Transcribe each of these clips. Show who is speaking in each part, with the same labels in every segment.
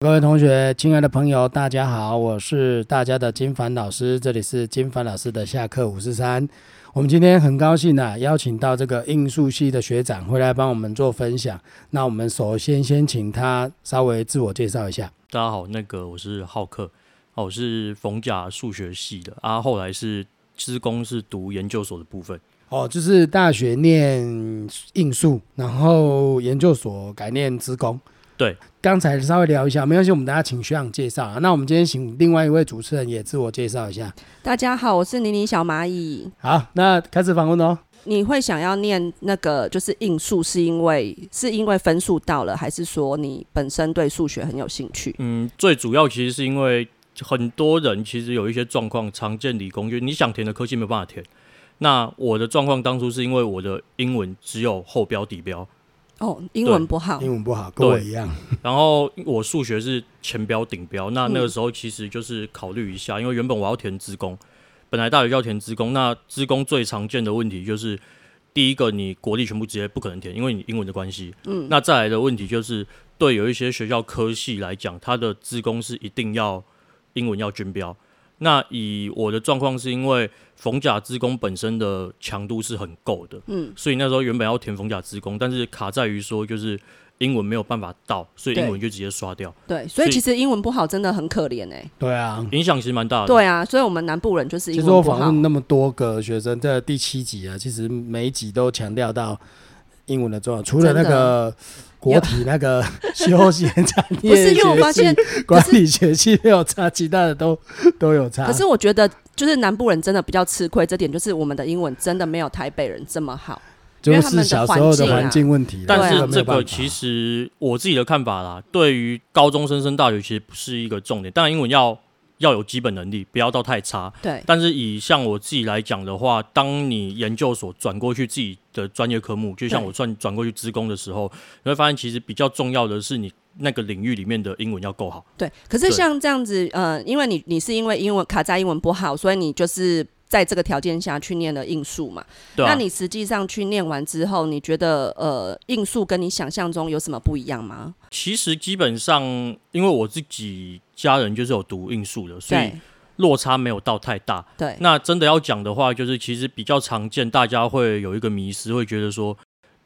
Speaker 1: 各位同学，亲爱的朋友，大家好，我是大家的金凡老师，这里是金凡老师的下课五十三。我们今天很高兴啊，邀请到这个应数系的学长回来帮我们做分享。那我们首先先请他稍微自我介绍一下。
Speaker 2: 大家好，那个我是浩克，哦，我是逢甲数学系的啊，后来是职工是读研究所的部分，
Speaker 1: 哦，就是大学念应数，然后研究所改念职工。
Speaker 2: 对，
Speaker 1: 刚才稍微聊一下，没关系，我们大家请学长介绍啊。那我们今天请另外一位主持人也自我介绍一下。
Speaker 3: 大家好，我是妮妮小蚂蚁。
Speaker 1: 好，那开始访问哦。
Speaker 3: 你会想要念那个就是应数，是因为是因为分数到了，还是说你本身对数学很有兴趣？
Speaker 2: 嗯，最主要其实是因为很多人其实有一些状况，常见理工，就是你想填的科系没有办法填。那我的状况当初是因为我的英文只有后标底标，
Speaker 3: 哦，英文不好
Speaker 1: 英，文不好，跟我
Speaker 2: 对
Speaker 1: 一样。
Speaker 2: 然后我数学是前标顶标，那那个
Speaker 3: 嗯
Speaker 2: 时候其实就是考虑一下，因为原本我要填资工，本来大学就要填资工，那资工最常见的问题就是第一个你国力全部直接不可能填，因为你英文的关系，嗯，那再来的问题就是对有一些学校科系来讲，它的资工是一定要英文要均标。那以我的状况是因为逢甲资工本身的强度是很够的，
Speaker 3: 嗯，
Speaker 2: 所以那时候原本要填逢甲职工，但是卡在于说就是英文没有办法到，所以
Speaker 3: 对
Speaker 2: 英文就直接刷掉，
Speaker 3: 对，所以其实英文不好真的很可怜哎、
Speaker 1: 对啊，
Speaker 2: 影响其实蛮大的。，
Speaker 3: 对啊，所以我们南部人就是
Speaker 1: 其
Speaker 3: 英
Speaker 1: 实我
Speaker 3: 文不
Speaker 1: 访
Speaker 3: 好。
Speaker 1: 问那么多个学生，在第七集啊，其实每一集都强调到英文的重要，除了那个国体那个休闲产业
Speaker 3: 不
Speaker 1: 学
Speaker 3: 是，因为
Speaker 1: 系
Speaker 3: 我发现，
Speaker 1: 管理学系没有差，其他的都都有差。
Speaker 3: 可是我觉得就是南部人真的比较吃亏，这点就是我们的英文真的没有台北人这么好。
Speaker 1: 就是小时候的
Speaker 3: 啊
Speaker 1: 环境问题啦，
Speaker 2: 但
Speaker 3: 对
Speaker 2: 是
Speaker 3: 啊
Speaker 2: 这个其实我自己的看法啦，对于高中生升大学其实不是一个重点，当然英文要要有基本能力，不要到太差。
Speaker 3: 对，
Speaker 2: 但是以像我自己来讲的话，当你研究所转过去自己的专业科目，就像
Speaker 3: 对
Speaker 2: 我转转过去职工的时候，你会发现其实比较重要的是你那个领域里面的英文要够好。
Speaker 3: 对，可是
Speaker 2: 对
Speaker 3: 像这样子，呃，因为你你是因为英文卡在英文不好，所以你就是在这个条件下去念了应数嘛。
Speaker 2: 对啊，
Speaker 3: 那你实际上去念完之后，你觉得呃应数跟你想象中有什么不一样吗？
Speaker 2: 其实基本上，因为我自己家人就是有读应数的，所以
Speaker 3: 对
Speaker 2: 落差没有到太大。
Speaker 3: 对
Speaker 2: 那真的要讲的话，就是其实比较常见，大家会有一个迷失，会觉得说，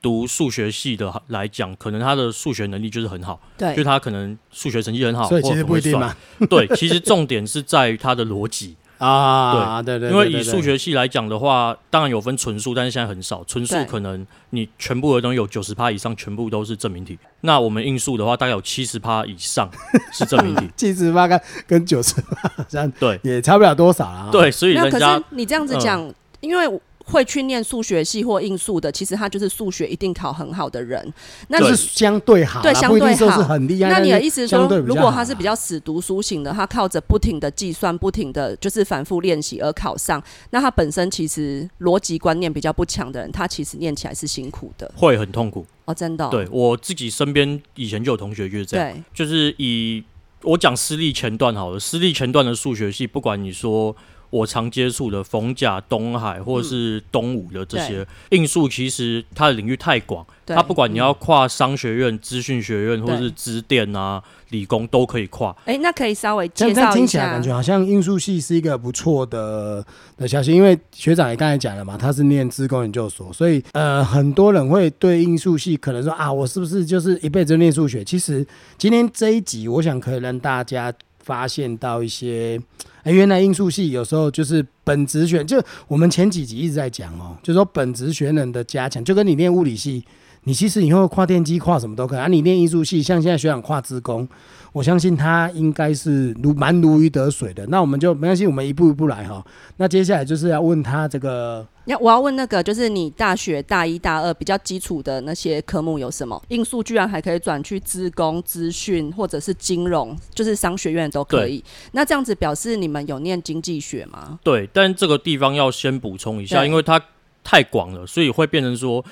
Speaker 2: 读数学系的来讲，可能他的数学能力就是很好，就
Speaker 3: 对
Speaker 2: 他可能数学成绩很好，
Speaker 1: 所以其实不一定
Speaker 2: 或者
Speaker 1: 嘛。
Speaker 2: 很会算。对，其实重点是在于他的逻辑，
Speaker 1: 啊，对对，
Speaker 2: 因为
Speaker 1: 对对
Speaker 2: 以数学系来讲的话，当然有分纯数，但是现在很少，纯数
Speaker 3: 对
Speaker 2: 可能你全部的东西有九十趴以上，全部都是证明题。那我们应数的话，大概有七十趴以上是证 明题。
Speaker 1: 七十八跟跟九十八好像
Speaker 2: 对
Speaker 1: 也差不了多少啊啦。
Speaker 2: 对，所以
Speaker 3: 没有。
Speaker 2: 人
Speaker 3: 嗯可
Speaker 2: 家嗯
Speaker 3: 是你这样子讲，因为会去念数学系或应数的，其实他就是数学一定考很好的人。那
Speaker 1: 就
Speaker 3: 你
Speaker 1: 是相对好啦，
Speaker 3: 对相
Speaker 1: 不一定
Speaker 3: 对
Speaker 1: 说是
Speaker 3: 好
Speaker 1: 很厉害。
Speaker 3: 那你
Speaker 1: 但
Speaker 3: 的
Speaker 1: 是
Speaker 3: 意思是
Speaker 1: 相
Speaker 3: 说
Speaker 1: 对，
Speaker 3: 如
Speaker 1: 好啊
Speaker 3: 果
Speaker 1: 啦
Speaker 3: 他是比较死读书型的，他靠着不停的计算、不停的就是反复练习而考上，那他本身其实逻辑观念比较不强的人，他其实念起来是辛苦的
Speaker 2: 会很痛苦。
Speaker 3: 哦，真的哦、
Speaker 2: 对我自己身边以前就有同学就是这样，
Speaker 3: 对
Speaker 2: 就是以我讲私立前段好了，私立前段的数学系，不管你说。我常接触的逢甲、东海或
Speaker 3: 嗯
Speaker 2: 是东吴的这些、应数，其实它的领域太广，
Speaker 3: 对，
Speaker 2: 它不管你
Speaker 3: 嗯
Speaker 2: 要跨商学院、资讯学院，或是
Speaker 3: 对
Speaker 2: 资电啊、理工都可以跨。
Speaker 3: 哎、那可以稍微
Speaker 1: 这样
Speaker 3: 介
Speaker 1: 这样
Speaker 3: 绍
Speaker 1: 听
Speaker 3: 一
Speaker 1: 起来，
Speaker 3: 下
Speaker 1: 感觉，好像应数系是一个不错的的消息，因为学长也刚才讲了嘛，他是念资工研究所，所以呃，很多人会对应数系可能说啊，我是不是就是一辈子就念数学？其实今天这一集，我想可以让大家发现到一些，哎，原来应数系有时候就是本职学，就我们前几集一直在讲哦，就说本职学能的加强，就跟你念物理系。你其实以后跨电机、跨什么都可以啊！你念艺术系，像现在学长跨职工，我相信他应该是如蛮如鱼得水的。那我们就没关系，我们一步一步来哈。那接下来就是要问他这个
Speaker 3: 要我要问那个，就是你大学大一、大二比较基础的那些科目有什么？应数居然还可以转去资工、资讯或者是金融，就是商学院都可以。那这样子表示你们有念经济学吗？
Speaker 2: 对，但这个地方要先补充一下，
Speaker 3: 对
Speaker 2: 因为它太广了，所以会变成说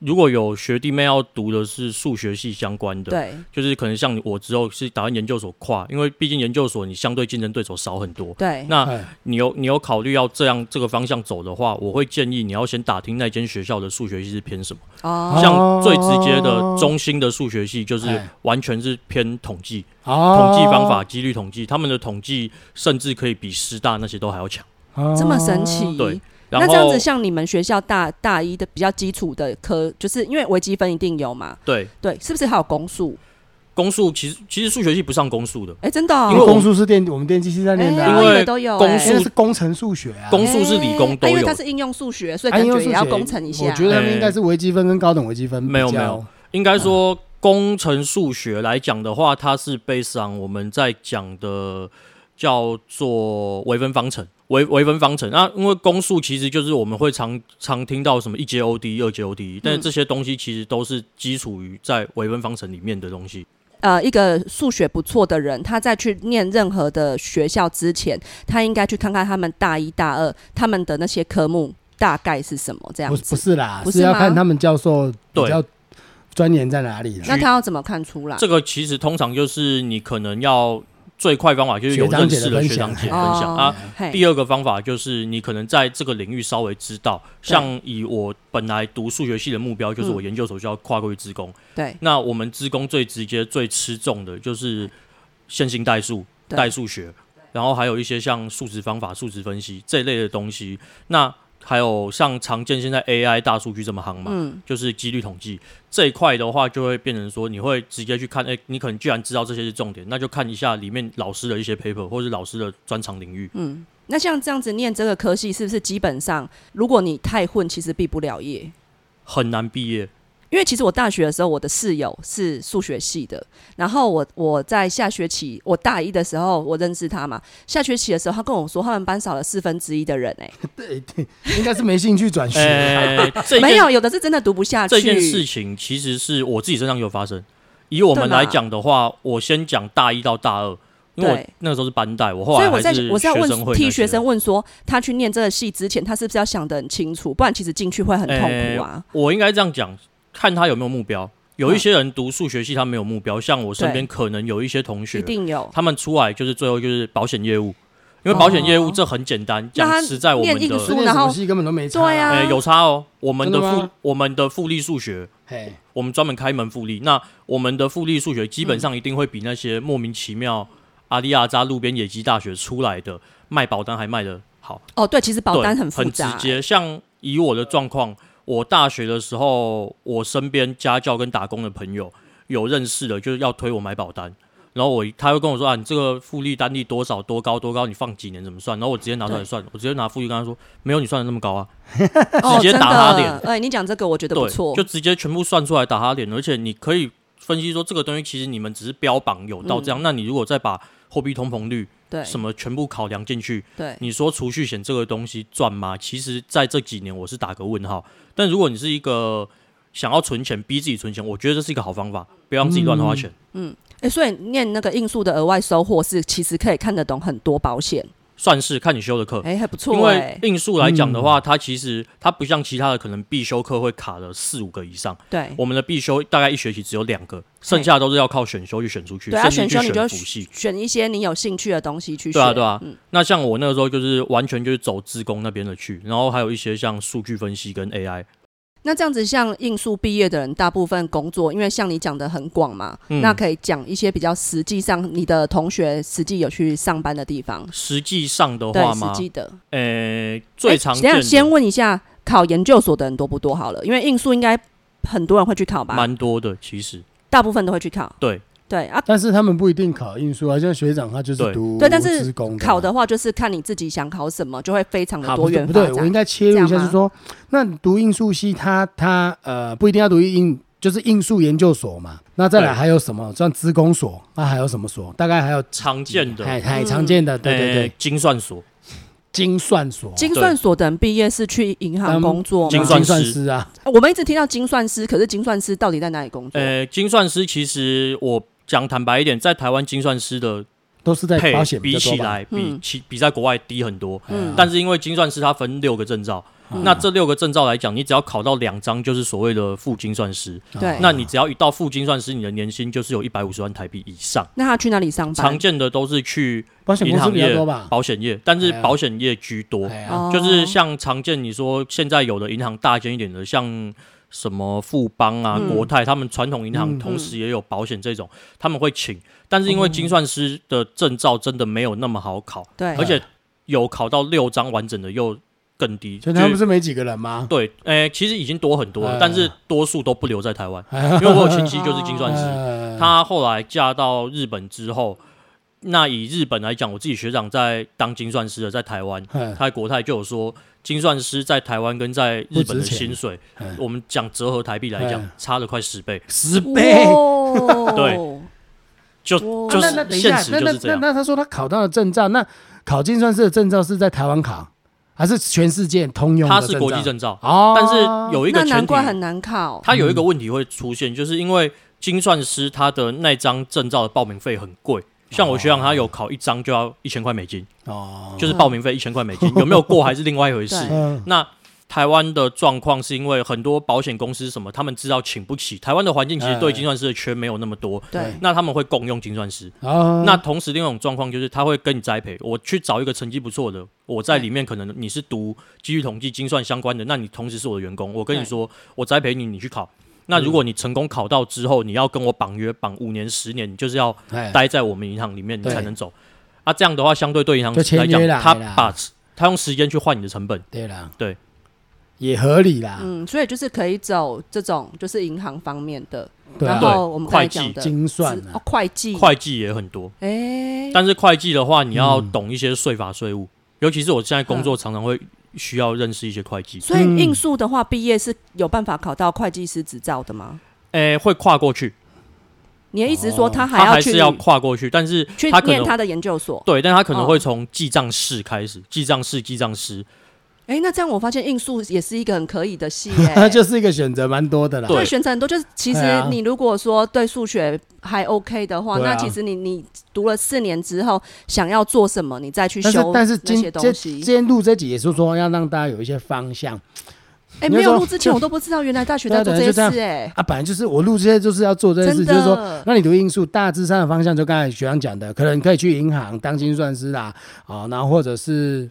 Speaker 2: 如果有学弟妹要读的是数学系相关的，
Speaker 3: 对
Speaker 2: 就是可能像我之后是打算研究所跨，因为毕竟研究所你相对竞争对手少很多。
Speaker 3: 对，
Speaker 2: 那
Speaker 1: 哎
Speaker 2: 你有你有考虑要这样这个方向走的话，我会建议你要先打听那间学校的数学系是偏什么。
Speaker 3: 哦，
Speaker 2: 像最直接的中心的数学系，就是
Speaker 1: 哎
Speaker 2: 完全是偏统计、
Speaker 1: 哦
Speaker 2: 统计方法、几率统计，他们的统计甚至可以比师大那些都还要强。
Speaker 1: 哦
Speaker 3: 这么神奇，
Speaker 2: 对。然
Speaker 3: 那
Speaker 2: 后
Speaker 3: 这样子，像你们学校大大一的比较基础的科，就是因为微积分一定有嘛，
Speaker 2: 对
Speaker 3: 对，是不是还有公数？
Speaker 2: 公数，其实其实数学系不上公数的，
Speaker 3: 哎、真的、哦，
Speaker 1: 因为公数是电我们电机系在
Speaker 3: 哎
Speaker 1: 念的啊，
Speaker 2: 因
Speaker 3: 我以
Speaker 2: 为
Speaker 3: 都有、哎
Speaker 2: 公
Speaker 1: 因为
Speaker 2: 数
Speaker 1: 是工程数学啊，
Speaker 2: 公数是理工都
Speaker 3: 哎因为
Speaker 2: 有
Speaker 3: 它是应用数学，所以
Speaker 1: 啊
Speaker 3: 感
Speaker 1: 应用
Speaker 3: 觉
Speaker 1: 数
Speaker 3: 也要
Speaker 1: 学
Speaker 3: 工程一下。
Speaker 1: 我觉得他们应该是微积分跟高等微积分比较，
Speaker 2: 没有没有应该
Speaker 3: 嗯
Speaker 2: 说工程数学来讲的话，它是 based on 我们在讲的叫做微分方程。微微分方程，那、因为公数其实就是我们会常常听到什么一阶 ODE、二阶 ODE，但是
Speaker 3: 嗯
Speaker 2: 这些东西其实都是基础于在微分方程里面的东西。
Speaker 3: 呃，一个数学不错的人，他在去念任何的学校之前，他应该去看看他们大一、大二他们的那些科目大概是什么这样
Speaker 1: 不是不
Speaker 3: 子。
Speaker 1: 是啦，
Speaker 3: 不是
Speaker 1: 是要
Speaker 3: 吗
Speaker 1: 看他们教授比
Speaker 2: 对
Speaker 1: 较钻研在哪里啦。
Speaker 3: 那他要怎么看出来？
Speaker 2: 这个其实通常就是你可能要最快方法就是有
Speaker 1: 学长
Speaker 2: 认
Speaker 1: 姐的
Speaker 2: 识的
Speaker 1: 分
Speaker 2: 学长
Speaker 1: 享
Speaker 2: 姐分享、
Speaker 3: 哦
Speaker 2: 啊，
Speaker 3: 嘿
Speaker 2: 第二个方法就是你可能在这个领域稍微知道，
Speaker 3: 对
Speaker 2: 像以我本来读数学系的目标，就是我
Speaker 3: 嗯
Speaker 2: 研究所就要跨过去资工。
Speaker 3: 对
Speaker 2: 那我们资工最直接、最吃重的就是线性代数、
Speaker 3: 对
Speaker 2: 代数学，然后还有一些像数值方法、数值分析这一类的东西。那还有像常见现在 AI 大数据这么夯嘛，
Speaker 3: 嗯，
Speaker 2: 就是几率统计这一块的话，就会变成说，你会直接去看，哎、你可能居然知道这些是重点，那就看一下里面老师的一些 paper 或是老师的专长领域。
Speaker 3: 嗯那像这样子念这个科系，是不是基本上如果你太混，其实毕不了业？
Speaker 2: 很难毕业，
Speaker 3: 因为其实我大学的时候，我的室友是数学系的，然后我我在下学期，我大一的时候我认识他嘛，下学期的时候他跟我说，他们班少了四分之一的人、欸，
Speaker 1: 对对， 应 该是没兴趣转学啊。
Speaker 2: 呃，这
Speaker 3: 没
Speaker 2: 件
Speaker 3: 有，有的是真的读不下去。
Speaker 2: 这件事情其实是我自己身上有发生。以我们
Speaker 3: 对嘛
Speaker 2: 来讲的话，我先讲大一到大二，因为我
Speaker 3: 对
Speaker 2: 那个时候是班代，我后
Speaker 3: 所以
Speaker 2: 来
Speaker 3: 我在
Speaker 2: 还是
Speaker 3: 我是要
Speaker 2: 学生
Speaker 3: 问
Speaker 2: 会
Speaker 3: 替
Speaker 2: 那
Speaker 3: 学
Speaker 2: 些
Speaker 3: 生问说，他去念这个系之前，他是不是要想得很清楚，不然其实进去会很痛苦啊。嗯
Speaker 2: 我应该这样讲，看他有没有目标。有一些人读数学系，他没有目标，像我身边可能有一些同
Speaker 3: 一
Speaker 2: 学，
Speaker 3: 定有。
Speaker 2: 他们出来就是最后就是保险业务，因为保险业务
Speaker 3: 哦
Speaker 2: 这很简单，
Speaker 3: 那他
Speaker 2: 讲实在我们
Speaker 3: 念硬
Speaker 1: 是
Speaker 2: 的
Speaker 3: 数
Speaker 1: 念
Speaker 3: 然
Speaker 1: 什
Speaker 3: 后
Speaker 1: 么系根本都没差。
Speaker 3: 对啊
Speaker 2: 呃有差哦，我们的
Speaker 1: 真的
Speaker 2: 复
Speaker 1: 吗
Speaker 2: 我们的复利数学，
Speaker 1: 嘿，
Speaker 2: 我们专门开门复利，那我们的复利数学基本上一定会比那些莫名其妙阿利亚扎路边野鸡大学出来的卖保单还卖的好，
Speaker 3: 哦，对，其实保
Speaker 2: 对，
Speaker 3: 单
Speaker 2: 很
Speaker 3: 复杂、
Speaker 2: 直接。像以我的状况，我大学的时候，我身边家教跟打工的朋友有认识的，就是要推我买保单。然后我他会跟我说啊，你这个复利单利多少多高多高，你放几年怎么算？然后我直接拿出来算，我直接拿复利跟他说，没有你算的那么高啊，
Speaker 3: 哦
Speaker 2: 直接
Speaker 3: 真
Speaker 2: 打他
Speaker 3: 的
Speaker 2: 脸
Speaker 3: 哎、你讲这个我觉得
Speaker 2: 对，
Speaker 3: 不错
Speaker 2: 就。直接全部算出来打他脸，而且你可以分析说这个东西其实你们只是标榜有到这样，那你如果再把货币通膨率
Speaker 3: 嗯对
Speaker 2: 什么全部考量进去，
Speaker 3: 对，
Speaker 2: 你说储蓄险这个东西赚吗？其实在这几年我是打个问号。但如果你是一个想要存钱、逼自己存钱，我觉得这是一个好方法，不要让自己乱花钱。
Speaker 3: 哎、所以念那个应数的额外收获是，其实可以看得懂很多保险，
Speaker 2: 算是看你修的课，
Speaker 3: 哎、还不错、
Speaker 2: 因为
Speaker 3: 哎，
Speaker 2: 应数来讲的话，它其实它不像其他的可能必修课会卡了四五个以上。
Speaker 3: 对
Speaker 2: 我们的必修大概一学期只有两个，剩下都是要靠选修去选出去，
Speaker 3: 对
Speaker 2: 甚
Speaker 3: 啊，
Speaker 2: 至
Speaker 3: 选
Speaker 2: 去
Speaker 3: 修你就
Speaker 2: 辅系。
Speaker 3: 选一些你有兴趣的东西去学。嗯
Speaker 2: 对啊，对啊。那像我那个时候就是完全就是走自工那边的去，然后还有一些像数据分析跟 AI，
Speaker 3: 那这样子，像应数毕业的人，大部分工作，因为像你讲的很广嘛，
Speaker 2: 嗯
Speaker 3: 那可以讲一些比较实际上你的同学实际有去上班的地方，
Speaker 2: 实际上的
Speaker 3: 对，
Speaker 2: 话
Speaker 3: 实
Speaker 2: 嘛，
Speaker 3: 际的。
Speaker 2: 呃，最常见
Speaker 3: 哎等一
Speaker 2: 的
Speaker 3: 下先问一下，考研究所的人多不多好了？因为应数应该很多人会去考吧，
Speaker 2: 蛮多的，其实
Speaker 3: 大部分都会去考。
Speaker 2: 对
Speaker 3: 对啊，
Speaker 1: 但是他们不一定考运输啊，像学长他就是
Speaker 2: 对
Speaker 1: 读
Speaker 3: 对但是
Speaker 1: 资工
Speaker 3: 考
Speaker 1: 的
Speaker 3: 的
Speaker 1: 嘛。
Speaker 3: 话就是看你自己想考什么，就会非常的
Speaker 1: 好，
Speaker 3: 多
Speaker 1: 啊不对
Speaker 3: 元
Speaker 1: 不
Speaker 3: 发
Speaker 1: 对，我应
Speaker 3: 展。
Speaker 1: 该切入一
Speaker 3: 这
Speaker 1: 下，
Speaker 3: 样吗
Speaker 1: 是说，那你读应数系他，他呃不一定要读应，就是应数研究所嘛。那再来
Speaker 2: 对
Speaker 1: 还有什么？像资工所，那还有什么所？大概还有
Speaker 2: 常见的，
Speaker 1: 还
Speaker 3: 嗯
Speaker 1: 还常见的，哎对对
Speaker 2: 呃
Speaker 1: 对，
Speaker 2: 精算所，
Speaker 1: 精算所，
Speaker 3: 精算所的人毕业是去银行
Speaker 1: 当
Speaker 3: 工作吗？
Speaker 2: 精
Speaker 1: 精
Speaker 2: 算
Speaker 1: 算
Speaker 2: 师
Speaker 1: 师啊，
Speaker 3: 我们一直听到精算师，可是精算师
Speaker 2: 呃
Speaker 3: 到底在哪里工作？
Speaker 2: 呃，精算师其实我讲坦白一点，在台湾精算师的
Speaker 1: 都是在
Speaker 2: 配
Speaker 1: 保险
Speaker 2: 比
Speaker 1: 较多
Speaker 2: 起
Speaker 1: 吧，
Speaker 2: 来，比
Speaker 3: 嗯
Speaker 2: 其比在国外低很多。
Speaker 3: 嗯
Speaker 2: 但是因为精算师他分六个证照，
Speaker 1: 嗯
Speaker 2: 那这六个证照来讲，你只要考到两张，就是所谓的副精算师。
Speaker 3: 对，
Speaker 1: 啊
Speaker 2: 那你只要一到副精算师，你的年薪就是有一百五十万台币以上。
Speaker 3: 那他去哪里上
Speaker 2: 常
Speaker 3: 班？
Speaker 2: 见的都是去
Speaker 1: 保险
Speaker 2: 银
Speaker 1: 公司
Speaker 2: 行
Speaker 1: 比较
Speaker 2: 业
Speaker 1: 多吧、？
Speaker 2: 保险业，但是
Speaker 1: 哎呀
Speaker 2: 保险业居多。
Speaker 1: 哎呀
Speaker 3: 哦
Speaker 2: 就是像常见你说现在有的银行大间一点的，像什么富邦啊、
Speaker 3: 嗯
Speaker 2: 国泰，他们传统银行
Speaker 1: 嗯
Speaker 2: 同时也有保险这种，他们会请，但是因为精算师的证照真的没有那么好考，
Speaker 3: 对，
Speaker 2: 而且有考到六张完整的又更低，
Speaker 1: 所以他们
Speaker 2: 就是
Speaker 1: 没几个人吗？
Speaker 2: 对，诶、其实已经多很多了，
Speaker 1: 哎
Speaker 2: 但是多数都不留在台湾，因为我有亲戚就是精算师，
Speaker 1: 呃
Speaker 2: 她后来嫁到日本之后，那以日本来讲，我自己学长在当精算师的，在台湾，
Speaker 1: 嗯
Speaker 2: 他在国泰就有说，精算师在台湾跟在日本
Speaker 1: 不值
Speaker 2: 的
Speaker 1: 钱
Speaker 2: 薪水
Speaker 1: 嗯，
Speaker 2: 我们讲折合台币来讲
Speaker 1: 嗯，
Speaker 2: 差了快十倍，
Speaker 1: 十倍。
Speaker 3: 哇
Speaker 2: 对就
Speaker 3: 哇
Speaker 1: 那
Speaker 2: 就是
Speaker 1: 啊那等一
Speaker 2: 现
Speaker 1: 下，
Speaker 2: 实
Speaker 1: 那
Speaker 2: 就
Speaker 1: 那
Speaker 2: 是这
Speaker 1: 那
Speaker 2: 样。
Speaker 1: 那他说他考到了证照，那考精算师的证照是在台湾考，还是全世界通用的
Speaker 2: 它
Speaker 1: 证照？
Speaker 2: 是国际证照，
Speaker 1: 哦，嗯
Speaker 2: 但是有一
Speaker 3: 那
Speaker 2: 个
Speaker 3: 难
Speaker 2: 前提
Speaker 3: 怪，很难考。
Speaker 2: 它有一个问题会出现，就是因为精算师他的那张证照的报名费很贵。像我学长，他有考一张就要一千块美金，
Speaker 1: 哦，
Speaker 2: 就是报名费一千块 美金，有没有过还是另外一回事。
Speaker 3: 对
Speaker 1: 嗯
Speaker 2: 那台湾的状况是因为很多保险公司什么，他们知道请不起，台湾的环境其实
Speaker 1: 嗯
Speaker 2: 对精算师的缺没有那么多，
Speaker 3: 对，
Speaker 2: 那他们会共用精算师。
Speaker 1: 哦，
Speaker 2: 那同时另外一种状况就是他会跟你栽培，我去找一个成绩不错的，我在里面可能你是读机率统计、精算相关的，那你同时是我的员工，我跟你
Speaker 3: 对
Speaker 2: 说，我栽培你，你去考。那如果你成功考到之后，你要跟我绑约，绑五年、十年，你就是要
Speaker 1: 哎
Speaker 2: 待在我们银行里面，你
Speaker 1: 对
Speaker 2: 才能走。啊，这样的话，相对对银行
Speaker 1: 就签
Speaker 2: 来讲
Speaker 1: 约啦，
Speaker 2: 他
Speaker 1: 哎啦
Speaker 2: 把他用时间去换你的成本，
Speaker 1: 对啦，
Speaker 2: 对，
Speaker 1: 也合理
Speaker 2: 啊
Speaker 1: 啦，
Speaker 3: 嗯，所以就是可以走这种就是银行方面的，
Speaker 1: 对
Speaker 3: 然
Speaker 1: 啊，
Speaker 3: 后我们刚才讲的
Speaker 1: 精算
Speaker 3: 资
Speaker 1: 啊
Speaker 3: 哦，会计，
Speaker 2: 会计也很多。
Speaker 1: 嗯
Speaker 3: 哎，
Speaker 2: 但是会计的话，你要懂一些税法税务，尤其是我现在工
Speaker 1: 嗯
Speaker 2: 作常常会需要认识一些会计。
Speaker 3: 所以应数的话，毕业是有办法考到会计师执照的吗？
Speaker 2: 诶、会跨过去，
Speaker 3: 你的意思是说
Speaker 1: 哦
Speaker 3: 他还
Speaker 2: 他
Speaker 3: 要
Speaker 2: 还
Speaker 3: 去
Speaker 2: 是要跨过去，但是
Speaker 3: 去
Speaker 2: 他可
Speaker 3: 念
Speaker 2: 能
Speaker 3: 他的研究所？
Speaker 2: 对，但他可能
Speaker 3: 哦
Speaker 2: 会从记账室开始，记账室、记账师，
Speaker 3: 哎，那这样我发现应数也是一个很可以 的系耶
Speaker 1: 那。 就是一个选择蛮多的啦。
Speaker 2: 对
Speaker 3: 对，选择很多，就是其实
Speaker 1: 对啊
Speaker 3: 你如果说对数学还 OK 的话，
Speaker 1: 对啊
Speaker 3: 那其实你你读了四年之后想要做什么，你再去
Speaker 1: 但是
Speaker 3: 修
Speaker 1: 但是
Speaker 3: 那
Speaker 1: 今
Speaker 3: 些
Speaker 1: 这
Speaker 3: 东
Speaker 1: 今
Speaker 3: 西。
Speaker 1: 天录这集也是说要让大家有一些方向
Speaker 3: 哎，
Speaker 1: 你就
Speaker 3: 没有
Speaker 1: 说
Speaker 3: 录之前我都不知道原来大学在做
Speaker 1: 对啊
Speaker 3: 这些
Speaker 1: 对啊就
Speaker 3: 事，哎，
Speaker 1: 啊，本来就是我录这些就是要做这些
Speaker 3: 真
Speaker 1: 事，就是说。
Speaker 3: 的。啊
Speaker 1: 那你读因素大致上的方向，就刚才学长讲的，可能可以去银行当精算师啦，啊、然后或者是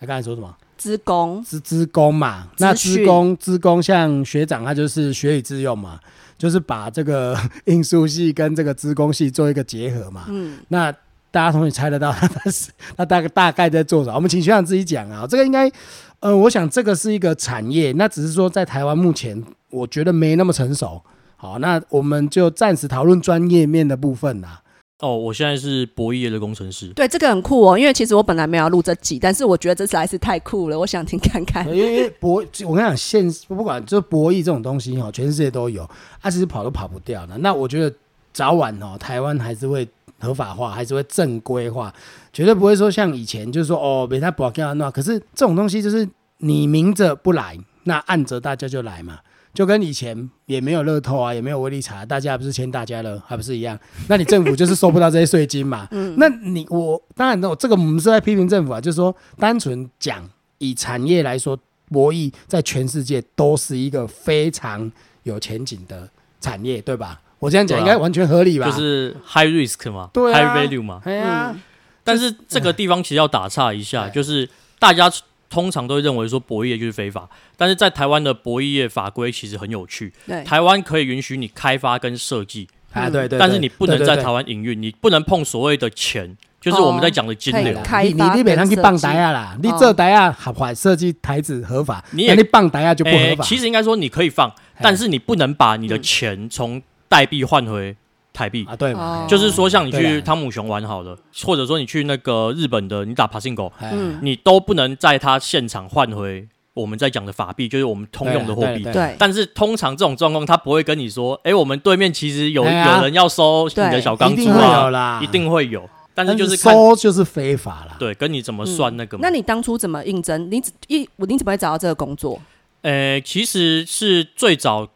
Speaker 1: 他刚才说什么
Speaker 3: 职工，
Speaker 1: 资资工嘛，那
Speaker 3: 资
Speaker 1: 资
Speaker 3: 讯
Speaker 1: 工资工像学长他就是学以致用嘛， 就是把这个 应数系跟这个资工系做一个结合嘛，
Speaker 3: 嗯，
Speaker 1: 那大家同学猜得到他是 他大概大概在做啥？我们请学长自己讲啊，这个应该，呃，我想这个是一个产业，那只是说在台湾目前我觉得没那么成熟。好，那我们就暂时讨论专业面的部分啦。
Speaker 2: 哦，我现在是博弈业的工程师。
Speaker 3: 对，这个很酷哦，因为其实我本来没有要录这集，但是我觉得这实在是太酷了，我想听看看
Speaker 1: 因。为因为博，我跟你讲，现不管就是博弈这种东西哈，全世界都有，啊，其实跑都跑不掉的。那我觉得早晚哦，台湾还是会合法化，还是会正规化，绝对不会说像以前就是说哦，没他保掉那。可是这种东西就是你明着不来，那暗着大家就来嘛。就跟以前也没有乐透啊，也没有威力茶，大家不是签大家了，还不是一样？那你政府就是收不到这些税金 嘛。嗯，那你我当然我这个我们是在批评政府啊，就是说单纯讲以产业来说，博弈在全世界都是一个非常有前景的产业，对吧？我这样讲
Speaker 2: 对啊
Speaker 1: 应该完全合理吧？
Speaker 2: 就是 high risk 嘛、
Speaker 1: 对
Speaker 2: h
Speaker 1: 啊
Speaker 2: i g h value 嘛。
Speaker 1: 哎呀，
Speaker 3: 嗯
Speaker 2: 但是这个地方其实要打岔一下，就是大家通常都会认为说博弈业就是非法，但是在台湾的博弈业法规其实很有趣。
Speaker 3: 对，
Speaker 2: 台湾可以允许你开发跟设计，
Speaker 3: 嗯
Speaker 1: 啊对对，
Speaker 2: 但是你不能在台
Speaker 1: 湾
Speaker 2: 湾营运，你不能碰所谓的钱，就是我们在讲的金
Speaker 3: 对
Speaker 2: 流
Speaker 3: 对。开
Speaker 1: 你
Speaker 3: 发
Speaker 1: 你北上
Speaker 3: 跟
Speaker 1: 去
Speaker 3: 设
Speaker 1: 棒
Speaker 3: 计
Speaker 1: 台啊啦，你
Speaker 3: 哦
Speaker 1: 这台啊合法设计台子合法，
Speaker 2: 你
Speaker 1: 那
Speaker 2: 也
Speaker 1: 你棒台啊就不合
Speaker 2: 诶
Speaker 1: 法。哎
Speaker 2: 其实应该说你可以放，但是你不能把你的钱从代币换回台币。
Speaker 1: 嗯啊对嘛
Speaker 3: 哦，
Speaker 2: 就是说，像你
Speaker 1: 对啊
Speaker 2: 去
Speaker 1: 啦
Speaker 2: 汤姆熊玩好了，或者说你去那个日本的，你打 Pasingo，
Speaker 1: 哎
Speaker 3: 嗯，
Speaker 2: 你都不能在它现场换回我们在讲的法币，就是我们通用的货币
Speaker 1: 对。啊
Speaker 3: 对，
Speaker 2: 但是通常这种状况，他不会跟你说，诶，我们对面其实有有
Speaker 1: 哎呀
Speaker 2: 人要收你的
Speaker 3: 对
Speaker 2: 小钢
Speaker 1: 一
Speaker 2: 珠
Speaker 1: 定会有
Speaker 2: 啊，
Speaker 1: 啦，
Speaker 2: 一。定会有。但是
Speaker 1: 但
Speaker 2: 就是是看
Speaker 1: 收就是非法啦。
Speaker 2: 对，跟你怎么
Speaker 3: 嗯
Speaker 2: 算那个嘛。
Speaker 3: 那你当初怎么应征？你怎一我你怎么会找到这个工作？
Speaker 2: 呃，其实是最早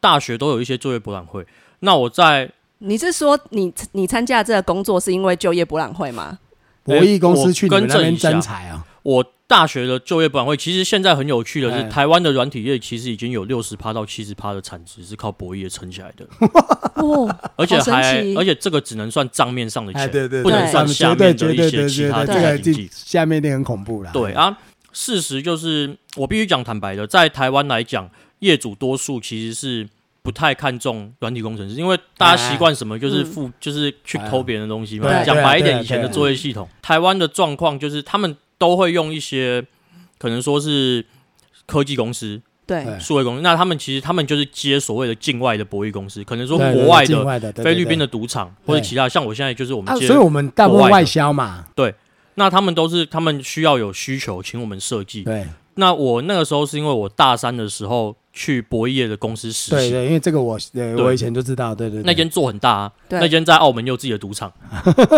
Speaker 2: 大学都有一些就业博览会。那我在
Speaker 3: 你是说你你参加这个工作是因为就业博览 会吗？
Speaker 1: 博弈公司去你
Speaker 2: 哎我
Speaker 1: 们
Speaker 2: 更
Speaker 1: 那
Speaker 2: 正
Speaker 1: 边
Speaker 2: 一下
Speaker 1: 征才啊？
Speaker 2: 我大学的就业博览会，其实现在很有趣的
Speaker 1: 哎
Speaker 2: 是，台湾的软体业其实已经有六十趴到七十趴的产值是靠博弈业撑起来的，
Speaker 3: 哦，
Speaker 2: 而且
Speaker 3: 好神
Speaker 2: 还
Speaker 3: 奇
Speaker 2: 而且这个只能算账面上的
Speaker 1: 哎，
Speaker 2: 钱，
Speaker 1: 对对，对
Speaker 2: 不能
Speaker 1: 对
Speaker 2: 算
Speaker 1: 对
Speaker 2: 下
Speaker 1: 对
Speaker 2: 面的
Speaker 1: 对
Speaker 2: 一
Speaker 1: 对
Speaker 2: 些
Speaker 1: 对
Speaker 2: 其
Speaker 1: 对
Speaker 2: 他
Speaker 1: 对
Speaker 2: 的
Speaker 1: 这个
Speaker 2: 经
Speaker 1: 这
Speaker 2: 济。
Speaker 1: 下面一定很恐怖啦。
Speaker 2: 对啊，事实就是我必须讲坦白的，在台湾来讲，业主多数其实是。不太看重软体工程师，因为大家习惯什么就是
Speaker 1: 哎
Speaker 3: 嗯
Speaker 2: 付，就是去偷别人的东西嘛
Speaker 1: 对。
Speaker 3: 啊
Speaker 2: 讲白
Speaker 1: 对啊对
Speaker 2: 一点，
Speaker 1: 啊
Speaker 2: 以前的
Speaker 1: 对啊
Speaker 2: 作业系统，台湾的状况就是他们都会用一些可能说是科技公司，
Speaker 3: 对，
Speaker 1: 对
Speaker 2: 数位公司，那他们其实他们就是接所谓的境外的博弈公司，可能说
Speaker 1: 对对
Speaker 2: 国外
Speaker 1: 境
Speaker 2: 的
Speaker 1: 外的对
Speaker 2: 菲
Speaker 1: 对
Speaker 2: 律宾
Speaker 1: 对
Speaker 2: 的赌场或者其他，像我现在就是我们
Speaker 1: 啊，
Speaker 2: 接
Speaker 1: 所以，我们大部
Speaker 2: 国
Speaker 1: 分
Speaker 2: 外的
Speaker 1: 外销嘛，
Speaker 2: 那他们都是他们需要有需求，请我们设计。
Speaker 1: 对
Speaker 2: 那我那个时候是因为我大三的时候去博弈业的公司实
Speaker 1: 对
Speaker 2: 习，
Speaker 1: 对，因为这个我呃
Speaker 2: 对
Speaker 1: 我以前就知道，对对对，
Speaker 2: 那间做很大、啊，
Speaker 3: 对
Speaker 2: 那间在澳门有自己的 赌场，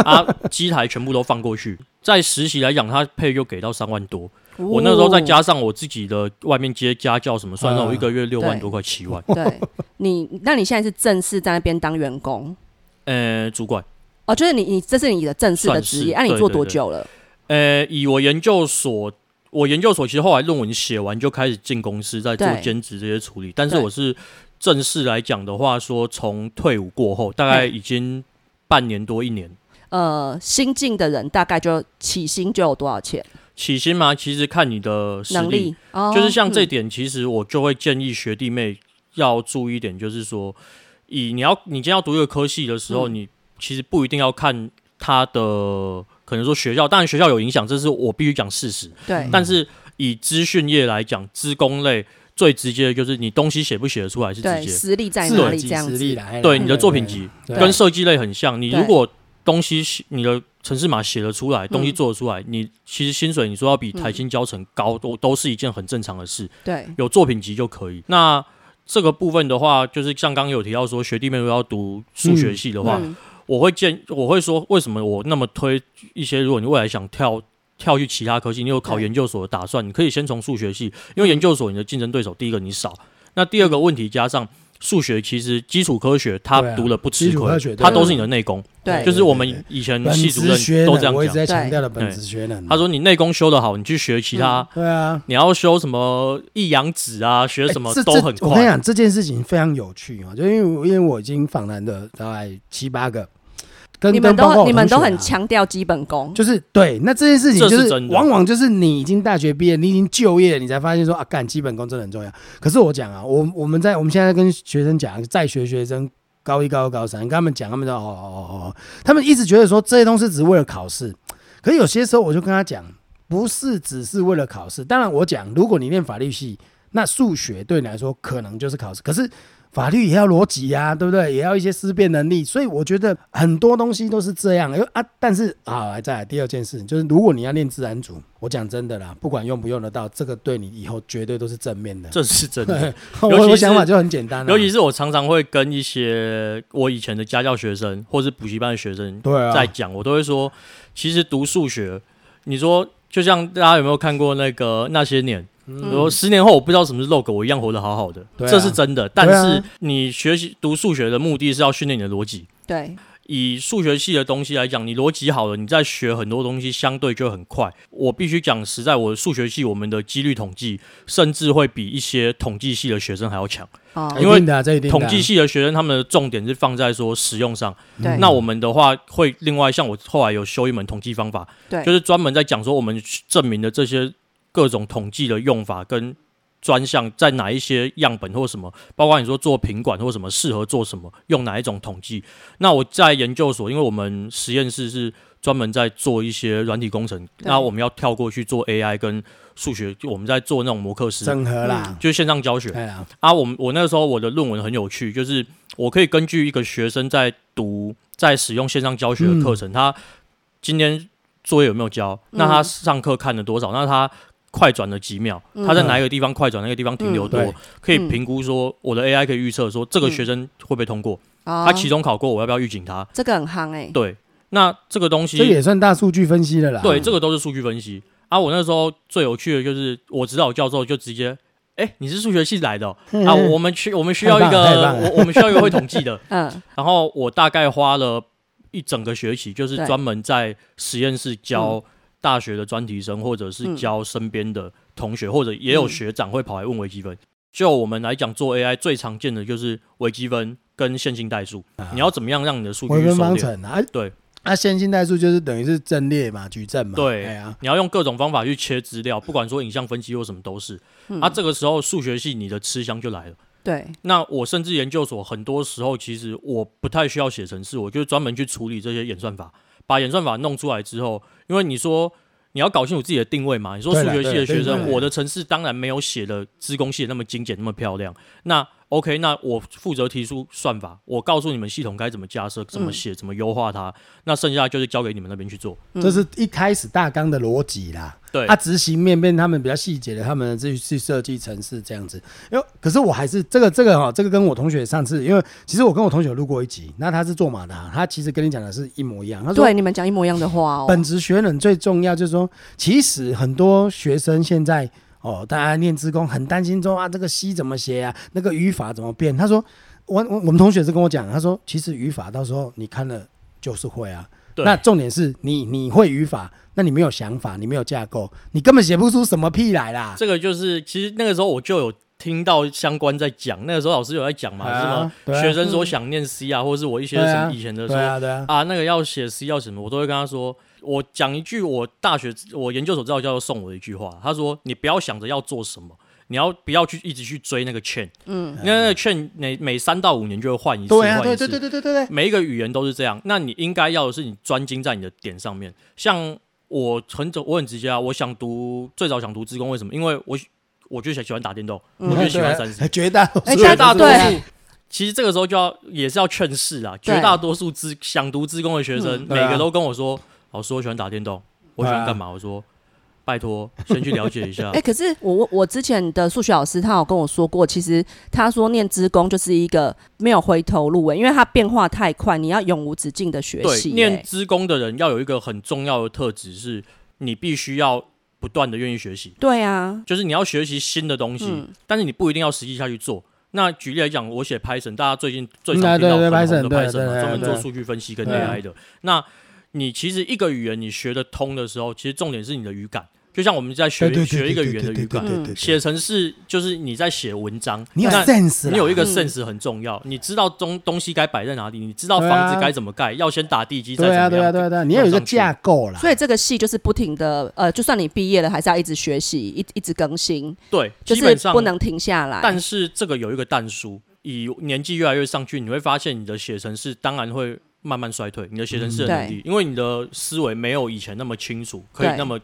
Speaker 2: 啊，机台全部都放过去。在实习来讲，他配就给到三万多，
Speaker 1: 哦
Speaker 2: 我那时候再加上我自己的外面接家教什么，算
Speaker 1: 嗯
Speaker 2: 到我一个月六万
Speaker 3: 对
Speaker 2: 多块七万，
Speaker 3: 哦对你，那你现在是正式在那边当员工
Speaker 2: 呃，主管。
Speaker 3: 哦，就是你你这是你的正式的
Speaker 2: 算
Speaker 3: 职
Speaker 2: 是
Speaker 3: 业，啊那、你
Speaker 2: 对
Speaker 3: 做
Speaker 2: 对
Speaker 3: 多
Speaker 2: 对
Speaker 3: 久了？
Speaker 2: 呃，以我研究所，我研究所其实后来论文写完就开始进公司，在做
Speaker 3: 对
Speaker 2: 兼职这些处理。但是
Speaker 3: 对
Speaker 2: 我是正式来讲的话，说从退伍过后，大概
Speaker 3: 嘿
Speaker 2: 已经半年多一年。
Speaker 3: 呃，新进的人大概就起薪就有多少钱？
Speaker 2: 起薪嘛，其实看你的实
Speaker 3: 能力哦，
Speaker 2: 就是像这
Speaker 3: 嗯
Speaker 2: 点，其实我就会建议学弟妹要注意一点，就是说，以你要你今天要读一个科系的时候，
Speaker 3: 嗯
Speaker 2: 你其实不一定要看他的，可能说学校，当然学校有影响，这是我必须讲事实。
Speaker 3: 对
Speaker 2: 但是以资讯业来讲，资工类最直接的就是你东西写不写得出来是直
Speaker 3: 对
Speaker 2: 接，
Speaker 3: 实力在
Speaker 1: 自
Speaker 3: 哪
Speaker 1: 我
Speaker 3: 里
Speaker 1: 及
Speaker 3: 这样
Speaker 1: 实
Speaker 3: 子？
Speaker 1: 力啦，哎
Speaker 2: 对你的作品集
Speaker 1: 对
Speaker 2: 跟设计类很像。你
Speaker 3: 对
Speaker 2: 如果东西写你的城市码写得出来，东西
Speaker 3: 嗯
Speaker 2: 做得出来，你其实薪水你说要比台
Speaker 3: 嗯
Speaker 2: 新教程高，都都是一件很正常的事。
Speaker 3: 对
Speaker 2: 有作品集就可以。那这个部分的话，就是像刚刚有提到说，学弟妹如果要读数学系的话，
Speaker 3: 嗯
Speaker 2: 我会建，我会说，为什么我那么推一些？如果你未来想跳跳去其他科系，你有考
Speaker 3: 对
Speaker 2: 研究所的打算，你可以先从数学系，因为
Speaker 1: 嗯
Speaker 2: 研究所你的竞争对手，第一个你少，那第二个问题加上。数学其实基础科学，它
Speaker 1: 对啊
Speaker 2: 读了不吃
Speaker 1: 基础
Speaker 2: 亏
Speaker 1: 科学，对啊
Speaker 2: 它都是你的内功。
Speaker 3: 对
Speaker 2: 就是我
Speaker 1: 对对
Speaker 2: 们以前
Speaker 1: 本
Speaker 2: 系主
Speaker 1: 职
Speaker 2: 任
Speaker 1: 学
Speaker 2: 都这
Speaker 1: 能，
Speaker 2: 样
Speaker 1: 我一直在
Speaker 2: 讲。
Speaker 1: 强
Speaker 3: 对
Speaker 1: 调的本
Speaker 2: 对
Speaker 1: 职学能。
Speaker 2: 他说：“你内功修得好，你去学其他，
Speaker 1: 对啊，
Speaker 2: 你要修什么益阳指啊，学什么
Speaker 1: 哎这
Speaker 2: 都
Speaker 1: 这
Speaker 2: 很
Speaker 1: 我跟你
Speaker 2: 快。
Speaker 1: 讲，这件事情非常有趣啊，就因为我因为我已经访谈的大概七八个，跟
Speaker 3: 你们
Speaker 1: 跟包括
Speaker 3: 都
Speaker 1: 我
Speaker 3: 你们
Speaker 1: 同学
Speaker 3: 都很
Speaker 1: 啊
Speaker 3: 强调基本功，
Speaker 1: 就是对，那这件事情
Speaker 2: 这
Speaker 1: 就是是
Speaker 2: 真的
Speaker 1: 往往就是你已经大学毕业，你已经就业了，你才发现说啊，干基本功真的很重要。可是我讲啊，我我们在我们现在跟学生讲，在学学生高一、高二、高三，跟他们讲，他们说哦哦哦哦，他们一直觉得说这些东西只是为了考试。可是有些时候我就跟他讲，不是只是为了考试。当然我讲，如果你念法律系，那数学对你来说可能就是考试，可是法律也要逻辑呀、对不对？也要一些思辨能力，所以我觉得很多东西都是这样。因为啊，但是啊，再来第二件事情就是，如果你要练自然组，我讲真的啦，不管用不用得到，这个对你以后绝对都是正面的”。
Speaker 2: 这是真的，尤 其
Speaker 1: 我
Speaker 2: 是
Speaker 1: 我想法就很简单了、啊
Speaker 2: 尤其是我常常会跟一些我以前的家教学生或是补习班的学生
Speaker 1: 对啊，
Speaker 2: 在讲，我都会说，其实读数学，你说就像大家有没有看过那个那些年？
Speaker 3: 嗯
Speaker 2: 我说十年后我不知道什么是 log，我一样活得好好的，
Speaker 1: 对啊
Speaker 2: 这是真的。
Speaker 1: 啊
Speaker 2: 但是你学习读数学的目的是要训练你的逻辑。
Speaker 3: 对
Speaker 2: 以数学系的东西来讲，你逻辑好了，你在学很多东西相对就很快。我必须讲实在，我的数学系我们的几率统计甚至会比一些统计系的学生还要强。
Speaker 3: 哦
Speaker 1: 一定的啊这一定的啊
Speaker 2: 统计系的学生他们的重点是放在说实用上，
Speaker 3: 对，
Speaker 1: 嗯
Speaker 2: 那我们的话会另外像我后来有修一门统计方法，
Speaker 3: 对
Speaker 2: 就是专门在讲说我们证明的这些各种统计的用法跟专项在哪一些样本或什么，包括你说做品管或什么适合做什么，用哪一种统计。那我在研究所，因为我们实验室是专门在做一些软体工程，
Speaker 3: 对
Speaker 2: 那我们要跳过去做 AI 跟数学，就我们在做那种模克斯，
Speaker 1: 整合啦，
Speaker 2: 就是线上教学。
Speaker 1: 对啊，
Speaker 2: 啊，我们我那个时候我的论文很有趣，就是我可以根据一个学生在读在使用线上教学的课
Speaker 3: 嗯
Speaker 2: 程，他今天作业有没有交，那他上课看了多少，那他快转了几秒，
Speaker 3: 嗯
Speaker 2: 他在哪一个地方快转，那个地方停留
Speaker 1: 嗯
Speaker 2: 多，
Speaker 1: 对
Speaker 2: 可以
Speaker 3: 嗯
Speaker 2: 评估说我的 AI 可以预测说这个学生会不会通过，他
Speaker 3: 他
Speaker 2: 期中考过，我要不要预警他？
Speaker 3: 哦这个很夯哎，
Speaker 2: 对，那这个东西
Speaker 1: 这也算大数据分析了啦。
Speaker 2: 啊对，这个都是数据分析啊。我那时候最有趣的就是，我指导教授就直接，哎、哎、你是数学系来的、哦
Speaker 1: 嗯
Speaker 2: 啊？我们需我们需要一
Speaker 1: 太棒了太
Speaker 2: 个
Speaker 1: 棒了
Speaker 2: 我我们需要一个会统计 的，
Speaker 3: 嗯
Speaker 2: 然后我大概花了一整个学期，就是
Speaker 3: 对嗯
Speaker 2: 专门在实验室教大学的专题生，或者是教身边的同学，或者也有学长会跑来问微积分。就我们来讲，做 AI 最常见的就是微积分跟线性代数。
Speaker 1: 啊
Speaker 2: 你要怎么样让你的数据
Speaker 1: 微
Speaker 2: 去
Speaker 1: 分
Speaker 2: 收
Speaker 1: 方
Speaker 2: 敛？
Speaker 1: 程啊，
Speaker 2: 对，
Speaker 1: 啊，线性代数就是等于是阵列嘛，矩阵嘛，
Speaker 2: 对
Speaker 1: 哎呀，
Speaker 2: 你要用各种方法去切资料，不管说影像分析或什么都是。
Speaker 3: 嗯
Speaker 2: 啊，这个时候数学系你的吃香就来了。
Speaker 3: 对，
Speaker 2: 那我甚至研究所很多时候，其实我不太需要写程式，我就专门去处理这些演算法，把演算法弄出来之后，因为你说你要搞清楚自己的定位嘛，你说
Speaker 1: 对
Speaker 2: 数
Speaker 1: 啦
Speaker 2: 学系的学
Speaker 1: 对啦对
Speaker 2: 生，
Speaker 1: 啦
Speaker 2: 我的程式当然没有写的资工系的那么精简那么漂亮，那 OK，那我负责提出算法，我告诉你们系统该怎么架设、怎么写、怎么优化它，那剩下就是交给你们那边去做。
Speaker 3: 嗯
Speaker 1: 这是一开始大纲的逻辑啦。
Speaker 2: 对
Speaker 1: 它执行面变他们比较细节的，他们自己去设计城市这样子。因为可是我还是这个这个哈、这个跟我同学上次，因为其实我跟我同学录过一集，那他是做马达，他其实跟你讲的是一模一样。他说
Speaker 3: 对你们讲一模一样的话哦。
Speaker 1: 本职学人最重要就是说，其实很多学生现在哦，大家念职工很担心说啊，这个西怎么写啊，那个语法怎么变？他说，我我我们同学是跟我讲，他说其实语法到时候你看了就是会啊。
Speaker 2: 对
Speaker 1: 那重点是你你会语法，那你没有想法，你没有架构，你根本写不出什么屁来啦。
Speaker 2: 这个就是，其实那个时候我就有听到相关在讲，那个时候老师有在讲嘛，
Speaker 1: 啊
Speaker 2: 是吗？
Speaker 1: 对啊
Speaker 2: 学生说想念 C 啊，或者是我一些
Speaker 1: 对
Speaker 2: 什
Speaker 1: 啊
Speaker 2: 么以前的
Speaker 1: 对
Speaker 2: 说
Speaker 1: 啊对啊，
Speaker 2: 啊，那个要写 C 要什么，我都会跟他说，我讲一句我大学我研究所指导教授送我的一句话，他说你不要想着要做什么。你要不要去一直去追那个券？
Speaker 3: 嗯，
Speaker 2: 因为那个券每每三到五年就会换一次，
Speaker 1: 对啊
Speaker 2: 换
Speaker 1: 对
Speaker 2: 一
Speaker 1: 对
Speaker 2: 次。
Speaker 1: 对对对对对，
Speaker 2: 每一个语言都是这样。那你应该要的是你专精在你的点上面。像我很走，我很直接啊，我想读最早想读职工，为什么？因为我我就想喜欢打电动，
Speaker 3: 嗯
Speaker 2: 我就喜欢
Speaker 1: 对
Speaker 2: 三
Speaker 1: 啊
Speaker 2: C。
Speaker 1: 绝大多数
Speaker 3: 哎
Speaker 1: 人
Speaker 2: 绝大
Speaker 1: 都
Speaker 2: 多
Speaker 1: 是
Speaker 3: 对
Speaker 2: 数。其实这个时候就要也是要劝世啊，
Speaker 3: 对
Speaker 2: 绝大多数资想读资工的学生，
Speaker 1: 对啊啊
Speaker 2: 每个都跟我说，老师我喜欢打电动，我喜欢干嘛？我说拜托，先去了解一下
Speaker 3: 哎、。可是我我我之前的数学老师他有跟我说过，其实他说念职工就是一个没有回头路、欸，因为它变化太快，你要永无止境的学
Speaker 2: 对，
Speaker 3: 习、
Speaker 2: 念
Speaker 3: 欸。
Speaker 2: 资工的人要有一个很重要的特质，是你必须要不断的愿意学习。
Speaker 3: 对啊，
Speaker 2: 就是你要学习新的东西，
Speaker 3: 嗯
Speaker 2: 但是你不一定要实际下去做。那举例来讲，我写 Python，大家最近最
Speaker 1: 嗯啊
Speaker 2: 常听到
Speaker 1: 对对
Speaker 2: 很红
Speaker 1: Python，
Speaker 2: 的
Speaker 1: 对
Speaker 2: Python
Speaker 1: 对
Speaker 2: 嘛，
Speaker 1: 对
Speaker 2: 专门做
Speaker 1: 对
Speaker 2: 数据分析跟
Speaker 1: 对
Speaker 2: AI 的。那你其实一个语言你学得通的时候，其实重点是你的语感。就像我们在学
Speaker 1: 对对对
Speaker 2: 学一个
Speaker 1: 对
Speaker 2: 语言的
Speaker 1: 对
Speaker 2: 语
Speaker 1: 对
Speaker 2: 感，
Speaker 1: 对对对
Speaker 2: 写程式就是你在写文章，
Speaker 1: 你有
Speaker 2: 那
Speaker 1: sense，啦
Speaker 2: 你有一个
Speaker 3: 嗯
Speaker 2: sense 很重要，你知道东东西该摆在哪里，你知道
Speaker 1: 对啊
Speaker 2: 房子该怎么盖，要先打地基，再
Speaker 1: 对啊
Speaker 2: 怎
Speaker 1: 对
Speaker 2: 么
Speaker 1: 啊
Speaker 2: 样
Speaker 1: 对啊对啊，你要有一个架构啦。
Speaker 3: 所以这个系就是不停的，呃，就算你毕业了，还是要一直学习，一一直更新，
Speaker 2: 对，
Speaker 3: 就
Speaker 2: 基本
Speaker 3: 是
Speaker 2: 上
Speaker 3: 不能停下来。
Speaker 2: 但是这个有一个淡书，以年纪越来越上去，你会发现你的写程式当然会慢慢衰退，你的写程
Speaker 3: 嗯
Speaker 2: 式的能力，因为你的思维没有以前那么清楚，可以
Speaker 3: 对
Speaker 2: 那么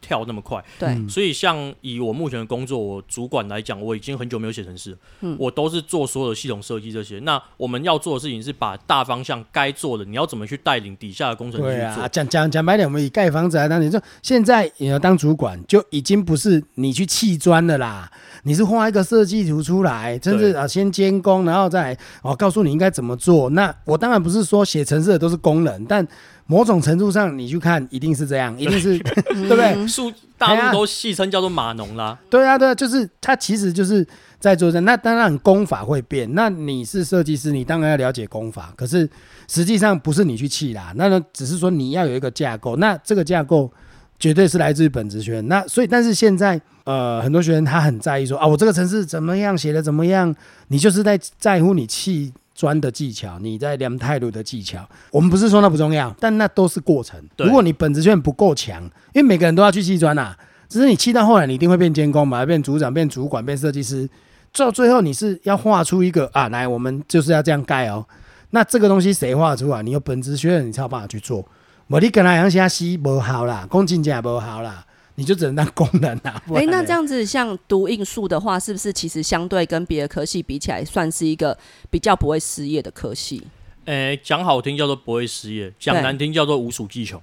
Speaker 2: 跳那么快。
Speaker 3: 对，
Speaker 1: 嗯
Speaker 2: 所以像以我目前的工作，我主管来讲，我已经很久没有写程式了，
Speaker 3: 嗯
Speaker 2: 我都是做所有的系统设计这些。那我们要做的事情是把大方向该做的，你要怎么去带领底下的工程师
Speaker 1: 对
Speaker 2: 去做
Speaker 1: 啊，。讲讲讲白点，我们以盖房子来当你就现在你要当主管，就已经不是你去砌砖的啦，你是画一个设计图出来，甚至
Speaker 2: 对
Speaker 1: 啊先监工，然后再来哦告诉你应该怎么做。那我当然不是说写程式的都是工人，但某种程度上你去看，一定是这样，一定是 对不对？
Speaker 2: 数大
Speaker 1: 哎呀
Speaker 2: 陆都戏称叫做码农啦，
Speaker 1: 对啊，对啊，就是他其实就是在做这。那当然功法会变，那你是设计师，你当然要了解功法。可是实际上不是你去砌啦，那只是说你要有一个架构。那这个架构绝对是来自于本职学院。那所以，但是现在呃，很多学生他很在意说啊，我这个城市怎么样写的怎么样，你就是在在乎你砌。砖的技巧，你在量态度的技巧，我们不是说那不重要，但那都是过程。
Speaker 2: 对
Speaker 1: 如果你本职学院不够强，因为每个人都要去砌砖啊，只是你砌到后来，你一定会变监工嘛，变组长、变主管、变设计师，到最后你是要画出一个啊，来，我们就是要这样盖哦。那这个东西谁画出来？你有本职学院，你才有办法去做。我你跟他讲虾西不好啦，工进价不好啦，你就只能当工人啊啦。不
Speaker 3: 哎、
Speaker 1: 然
Speaker 3: 那
Speaker 1: 嘞
Speaker 3: 这样子像读应数的话，是不是其实相对跟别的科系比起来，算是一个比较不会失业的科系？
Speaker 2: 诶，讲好听叫做不会失业，讲
Speaker 3: 对
Speaker 2: 难听叫做无所技穷。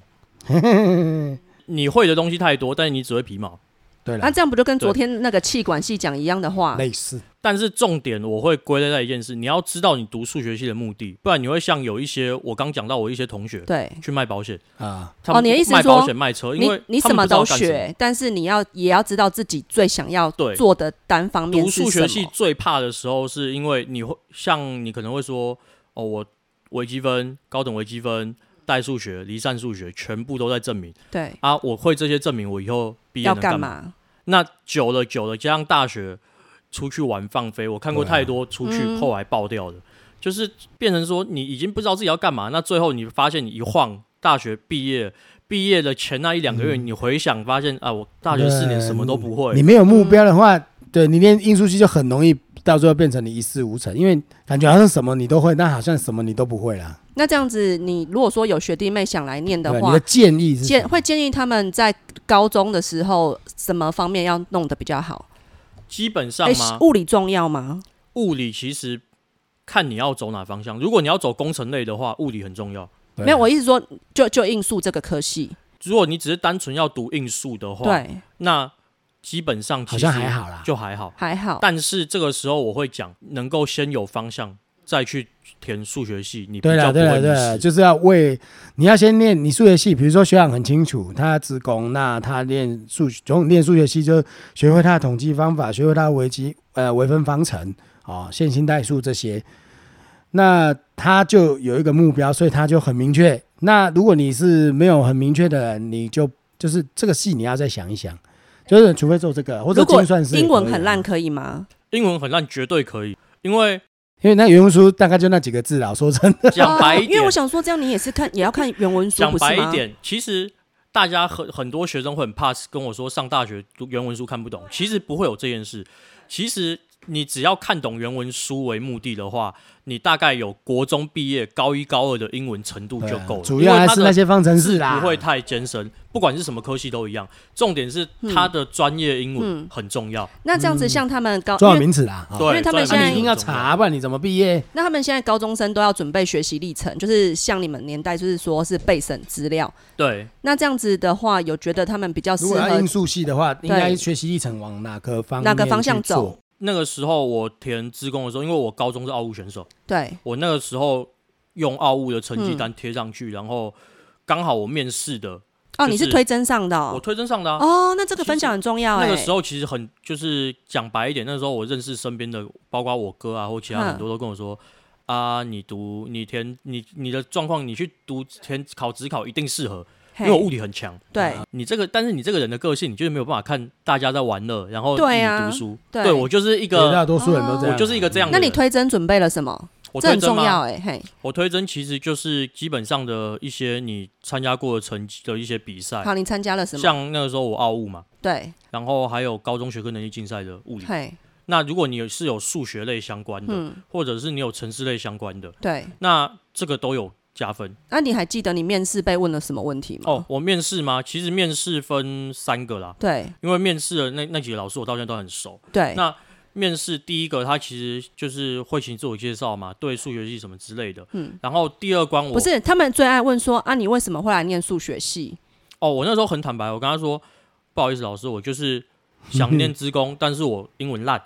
Speaker 2: 你会的东西太多，但是你只会皮毛。
Speaker 1: 对
Speaker 3: 那
Speaker 1: 了，
Speaker 3: 这样不就跟
Speaker 2: 对
Speaker 3: 昨天那个气管系讲一样的话？
Speaker 1: 类似
Speaker 2: 但是重点我会归类在一件事，你要知道你读数学系的目的，不然你会像有一些我刚讲到我一些同学
Speaker 3: 对，
Speaker 2: 去卖保险，
Speaker 1: 啊，
Speaker 2: 他们
Speaker 3: 哦你的意思是
Speaker 2: 卖保
Speaker 3: 说
Speaker 2: 险卖车，因
Speaker 3: 你
Speaker 2: 为
Speaker 3: 你
Speaker 2: 他
Speaker 3: 什
Speaker 2: 们
Speaker 3: 么
Speaker 2: 不知道
Speaker 3: 都
Speaker 2: 干什么
Speaker 3: 学，但是你要也要知道自己最想要
Speaker 2: 对
Speaker 3: 做的单方面
Speaker 2: 读
Speaker 3: 是
Speaker 2: 数
Speaker 3: 什
Speaker 2: 学
Speaker 3: 么。
Speaker 2: 系最怕的时候，是因为你会像你可能会说，哦，我微积分、高等微积分、代数学、离散数学全部都在证明
Speaker 3: 对，
Speaker 2: 啊，我会这些证明，我以后毕业
Speaker 3: 要
Speaker 2: 能
Speaker 3: 干
Speaker 2: 干嘛？
Speaker 3: 嘛？
Speaker 2: 那久了久了，加上大学出去玩放飞，我看过
Speaker 1: 对啊
Speaker 2: 太多出去
Speaker 3: 嗯
Speaker 2: 后来爆掉的，就是变成说你已经不知道自己要干嘛，那最后你发现你一晃大学毕业。毕业的前那一两个月，你回想发现啊，我大学四年什么都不会，
Speaker 1: 嗯你没有目标的话，对你练艺术系就很容易到最后变成你一事无成，因为感觉好像什么你都会，但好像什么你都不会啦。
Speaker 3: 那这样子，你如果说有学弟妹想来念的
Speaker 1: 对，你
Speaker 3: 话
Speaker 1: 的，建议是什
Speaker 3: 建
Speaker 1: 么
Speaker 3: 会建议他们在高中的时候什么方面要弄得比较好？
Speaker 2: 基本上
Speaker 3: 哎、
Speaker 2: 吗？
Speaker 3: 物理重要吗？
Speaker 2: 物理其实看你要走哪方向。如果你要走工程类的话，物理很重要；
Speaker 1: 对
Speaker 3: 没有，我意思说，就就应数这个科系，
Speaker 2: 如果你只是单纯要读应数的话，
Speaker 3: 对，
Speaker 2: 那基本上其
Speaker 1: 好
Speaker 2: 实
Speaker 1: 像还，好啦。
Speaker 2: 就还好。
Speaker 3: 还好。
Speaker 2: 但是这个时候我会讲，能够先有方向，再去填数学系，你比
Speaker 1: 对
Speaker 2: 较
Speaker 1: 了，
Speaker 2: 不
Speaker 1: 对
Speaker 2: 会
Speaker 1: 了，对
Speaker 2: 迷
Speaker 1: 了，
Speaker 2: 失。
Speaker 1: 就是要为你要先念你数学系，比如说学长很清楚，他职工，那他练数学，从练数学系就学会他的统计方法，学会他的微积呃微分方程哦，线性代数这些，那他就有一个目标，所以他就很明确。那如果你是没有很明确的人，你就就是这个系你要再想一想，就是除非做这个或者
Speaker 3: 如果
Speaker 1: 精算是
Speaker 3: 英文很烂，可以啊吗？
Speaker 2: 英文很烂，绝对可以，因 为
Speaker 1: 因为那原文书大概就那几个字啦，说真的，
Speaker 2: 讲白一
Speaker 3: 哦 因为
Speaker 2: 点
Speaker 3: 我，想说，这样你也是看也要看原文书，
Speaker 2: 讲
Speaker 3: 不是
Speaker 2: 白一
Speaker 3: 吗？
Speaker 2: 点，其实。大家很很多学生会很怕跟我说上大学读原文书看不懂，其实不会有这件事。其实你只要看懂原文书为目的的话，你大概有国中毕业高一高二的英文程度
Speaker 1: 对
Speaker 2: 就
Speaker 1: 啊
Speaker 2: 够了。
Speaker 1: 主要
Speaker 2: 因为
Speaker 1: 还
Speaker 2: 它
Speaker 1: 是
Speaker 2: 的
Speaker 1: 那些方程式
Speaker 2: 字
Speaker 1: 啦，
Speaker 2: 不会太艰深，不管是什么科系都一样。重点是他的专业英文
Speaker 3: 嗯
Speaker 2: 很重要，
Speaker 3: 那嗯这样子，像他们高，
Speaker 1: 重要
Speaker 3: 因为
Speaker 1: 名词啦。
Speaker 2: 对，
Speaker 1: 哦
Speaker 3: 嗯因为他们
Speaker 2: 专
Speaker 1: 啊
Speaker 2: 业
Speaker 1: 你一定要
Speaker 2: 很重
Speaker 1: 查，不然你怎么毕业？
Speaker 3: 那他们现在高中生都要准备学习历程，就是像你们年代，就是说是备审资料。
Speaker 2: 对，
Speaker 3: 那这样子的话，有觉得他们比较适
Speaker 2: 啊
Speaker 1: 如果要
Speaker 3: 合
Speaker 1: 应数系的话，应
Speaker 3: 对
Speaker 1: 该学习历程往哪个方
Speaker 3: 哪个
Speaker 1: 面
Speaker 3: 方向
Speaker 1: 去做
Speaker 3: 走？
Speaker 2: 那个时候我填职工的时候，因为我高中是奥运选手，
Speaker 3: 对
Speaker 2: 我那个时候用奥运的
Speaker 1: 嗯
Speaker 2: 成绩单贴上去，然后刚好我面试的，
Speaker 3: 哦，
Speaker 2: 就是
Speaker 3: 你是推真上的
Speaker 2: 我
Speaker 3: 哦，
Speaker 2: 推甄上的啊。
Speaker 3: 哦，那这个分享很重要哎、
Speaker 2: 那个时候其实很就是讲白一点，那时候我认识身边的，包括我哥啊或其他
Speaker 3: 嗯
Speaker 2: 很多都跟我说。啊，你读你填你你的状况，你去读填考职考一定适合，因
Speaker 3: 嘿
Speaker 2: 为我物理很强。啊
Speaker 3: 对
Speaker 2: 你这个，但是你这个人的个性，你就是没有办法看大家在玩乐，然后你
Speaker 3: 对啊
Speaker 2: 读书。
Speaker 3: 对
Speaker 2: 我就是一
Speaker 1: 绝
Speaker 2: 个，
Speaker 1: 大多数人都这样，
Speaker 2: 我就是一个这样的
Speaker 3: 那
Speaker 2: 人。
Speaker 3: 你推真准备了什么？
Speaker 2: 我
Speaker 3: 这
Speaker 2: 推
Speaker 3: 很
Speaker 2: 甄
Speaker 3: 重要
Speaker 2: 吗？
Speaker 3: 哎、嘿，
Speaker 2: 我推甄其实就是基本上的一些你参加过的成绩的一些比赛，
Speaker 3: 好，你参加了什么？
Speaker 2: 哎像那个时候我奥物嘛，
Speaker 3: 对，
Speaker 2: 然后还有高中学科能力竞赛的物理。
Speaker 3: 嘿，
Speaker 2: 那如果你有是有数学类相关的，
Speaker 3: 嗯，
Speaker 2: 或者是你有城市类相关的，
Speaker 3: 对。
Speaker 2: 那这个都有加分。
Speaker 3: 那你还记得你面试被问了什么问题吗？
Speaker 2: 哦，，我面试吗？其实面试分三个啦，
Speaker 3: 对
Speaker 2: 因为面试的那那几个老师我到现在都很熟。
Speaker 3: 对，
Speaker 2: 那面试第一个，他其实就是会请自我介绍嘛，对数学系什么之类的。
Speaker 3: 嗯
Speaker 2: 然后第二关我
Speaker 3: 不是他们最爱问说啊，你为什么会来念数学系？
Speaker 2: 哦，我那时候很坦白，我跟他说，不好意思，老师，我就是想念职工，但是我英文 烂。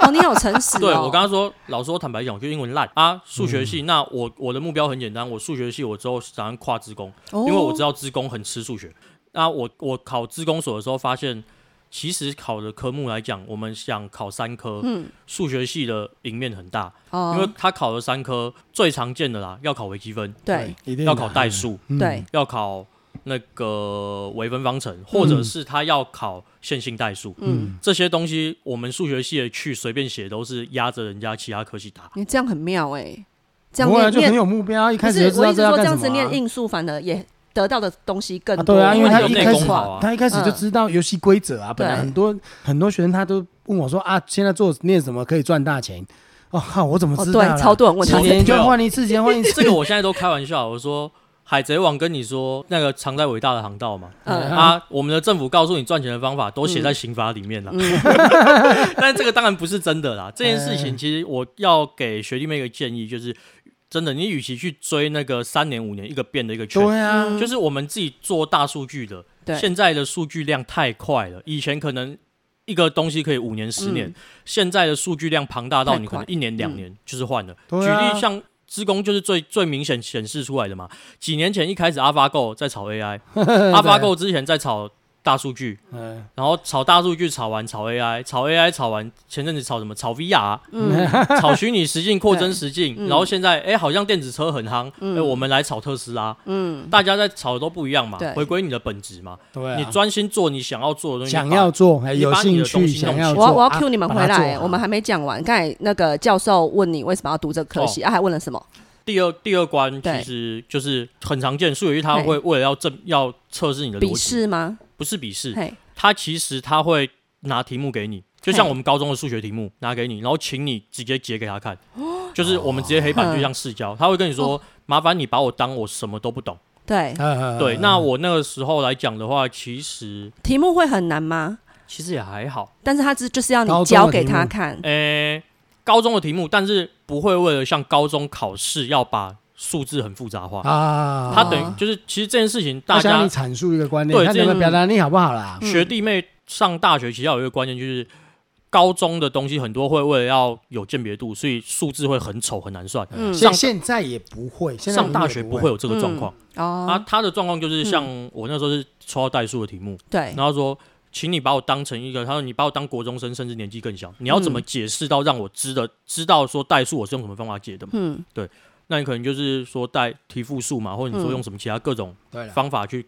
Speaker 3: 哦，你好诚实、哦。嗯
Speaker 2: 对我跟他说，老师，我坦白讲，我就英文烂啊。数学系，那我我的目标很简单，我数学系我之后打算跨职工，
Speaker 3: 哦，
Speaker 2: 因为我知道职工很吃数学。那我我考职工所的时候发现。其实考的科目来讲，我们想考三科，
Speaker 3: 嗯
Speaker 2: 数学系的赢面很大，
Speaker 3: 哦，
Speaker 2: 因为他考了三科最常见的啦，要考微积分，
Speaker 3: 对，
Speaker 1: 一定的
Speaker 2: 要考代，数，
Speaker 1: 嗯
Speaker 3: 对，
Speaker 2: 要考那个微分方程，或者是他要考线性代数。
Speaker 3: 嗯，
Speaker 2: 这些东西我们数学系的去随便写都是压着人家其他科系打。
Speaker 3: 你这样很妙哎、这样
Speaker 1: 不会啊，
Speaker 3: 念
Speaker 1: 就很
Speaker 3: 念
Speaker 1: 有目标，一
Speaker 3: 不
Speaker 1: 开
Speaker 3: 是
Speaker 1: 始就知
Speaker 3: 我
Speaker 1: 道
Speaker 3: 一直说
Speaker 1: 要
Speaker 3: 这样
Speaker 1: 干什
Speaker 3: 子
Speaker 1: 么
Speaker 3: 念
Speaker 1: 啊。
Speaker 3: 应数，反而也得到的东西更
Speaker 1: 啊
Speaker 3: 多。哦
Speaker 1: 对啊，因为
Speaker 2: 因为
Speaker 1: 他
Speaker 2: 有
Speaker 1: 一
Speaker 2: 内
Speaker 1: 开
Speaker 2: 功
Speaker 1: 始
Speaker 2: 好啊
Speaker 1: 他一开始就知道游戏规则啊，本来
Speaker 3: 对
Speaker 1: 很多很多学生他都问我说啊，现在做念什么可以赚大钱？哦靠，我怎么
Speaker 3: 哦，
Speaker 1: 知道啦？
Speaker 3: 对，超多人问
Speaker 1: 十
Speaker 3: 他
Speaker 2: 这
Speaker 3: 这个
Speaker 1: 年
Speaker 2: 个
Speaker 1: 就换一次，钱换一次
Speaker 2: 这。 个我现在都开玩笑，我说《海贼王》跟你说那个藏在伟大的航道嘛，
Speaker 3: 嗯
Speaker 2: 啊，我们的政府告诉你赚钱的方法都写在刑法里面
Speaker 3: 嗯
Speaker 2: 了， 但这个当然不是真的啦。这件事情其实我要给学弟妹一个建议，就是真的，你与其去追那个三年五年一个变的一个圈，
Speaker 1: 对啊，
Speaker 3: 嗯
Speaker 2: 就是我们自己做大数据的，
Speaker 3: 对
Speaker 2: 现在的数据量太快了，以前可能。一个东西可以五年、十年，
Speaker 3: 嗯
Speaker 2: 现在的数据量庞大到
Speaker 3: 太
Speaker 2: 你可能
Speaker 3: 快
Speaker 2: 一年、两年就是换了。
Speaker 1: 对
Speaker 2: 举
Speaker 1: 啊
Speaker 2: 例像资工就是最最明显显示出来的嘛。几年前一开始 AlphaGo 在炒 AI，AlphaGo 之前在炒大数据，
Speaker 1: 嗯，
Speaker 2: 然后炒大数据炒完炒 AI，炒 AI 炒完前阵子炒什么？炒 VR，
Speaker 1: 哎
Speaker 3: 嗯，
Speaker 2: 炒虚拟实境扩增实
Speaker 3: 嗯
Speaker 2: 境，然后现在哎、好像电子车很夯，哎、我们来炒特斯拉，
Speaker 3: 嗯，
Speaker 2: 大家在炒的都不一样嘛
Speaker 3: 对，
Speaker 2: 回归你的本质嘛，
Speaker 1: 对啊，
Speaker 2: 你专心做你想要做的东西，
Speaker 1: 想要做，哎
Speaker 2: 你
Speaker 1: 有
Speaker 2: 把你
Speaker 1: 兴
Speaker 2: 的
Speaker 1: 趣
Speaker 2: 东西弄
Speaker 1: 想要
Speaker 2: 起
Speaker 1: 做，
Speaker 3: 我我要
Speaker 1: 啊
Speaker 3: Q 你们
Speaker 1: 把
Speaker 3: 回
Speaker 1: 它做
Speaker 3: 来，
Speaker 1: 好
Speaker 3: 我们还没讲完。刚才那个教授问你为什么要读这科系，啊，还问了什么？
Speaker 2: 第二第二关
Speaker 3: 对
Speaker 2: 其实就是很常见，数学它会为了要证要测试你的
Speaker 3: 笔
Speaker 2: 逻辑，
Speaker 3: 试吗？
Speaker 2: 不是笔试，
Speaker 3: 嘿，
Speaker 2: 它其实它会拿题目给你，就
Speaker 3: 嘿
Speaker 2: 像我们高中的数学题目拿给你，然后请你直接解给他看，
Speaker 1: 哦
Speaker 2: 就是我们直接黑板就像试教，他会跟你说，麻烦你把我当我什么都不懂。
Speaker 3: 对，
Speaker 1: 嗯
Speaker 2: 对，那我那个时候来讲的话，其实
Speaker 3: 题目会很难吗？
Speaker 2: 其实也 还好，
Speaker 3: 但是他只就是要
Speaker 1: 高中的
Speaker 3: 你教给
Speaker 1: 题目
Speaker 3: 他看，
Speaker 2: 诶、高中的题目，但是不会为了像高中考试要把数字很复杂化。
Speaker 1: 啊，
Speaker 2: 他等于就是，其实这件事情大
Speaker 1: 他向
Speaker 2: 家
Speaker 1: 你阐述一个观念，
Speaker 2: 对
Speaker 1: 看
Speaker 2: 这
Speaker 1: 你们
Speaker 3: 嗯
Speaker 1: 表达力好不好啦。
Speaker 2: 学弟妹上大学，其实要有一个观念，就是高中的东西很多会为了要有鉴别度，所以数字会很丑很难算。
Speaker 3: 嗯，
Speaker 1: 现
Speaker 2: 上
Speaker 1: 现在也不会，现在
Speaker 2: 上大学不会有这个状况、啊
Speaker 3: 哦，，
Speaker 2: 他的状况就是像我那时候是抽到代数的题目，
Speaker 3: 对，
Speaker 2: 然后说，请你把我当成一个，他说你把我当国中生，甚至年纪更小，你要怎么解释到让我知的知道说代数我是用什么方法解的嘛？
Speaker 3: 嗯，
Speaker 2: 那你可能就是说代提复数嘛，或者你说用什么其他各种
Speaker 1: 对了，
Speaker 2: 方法去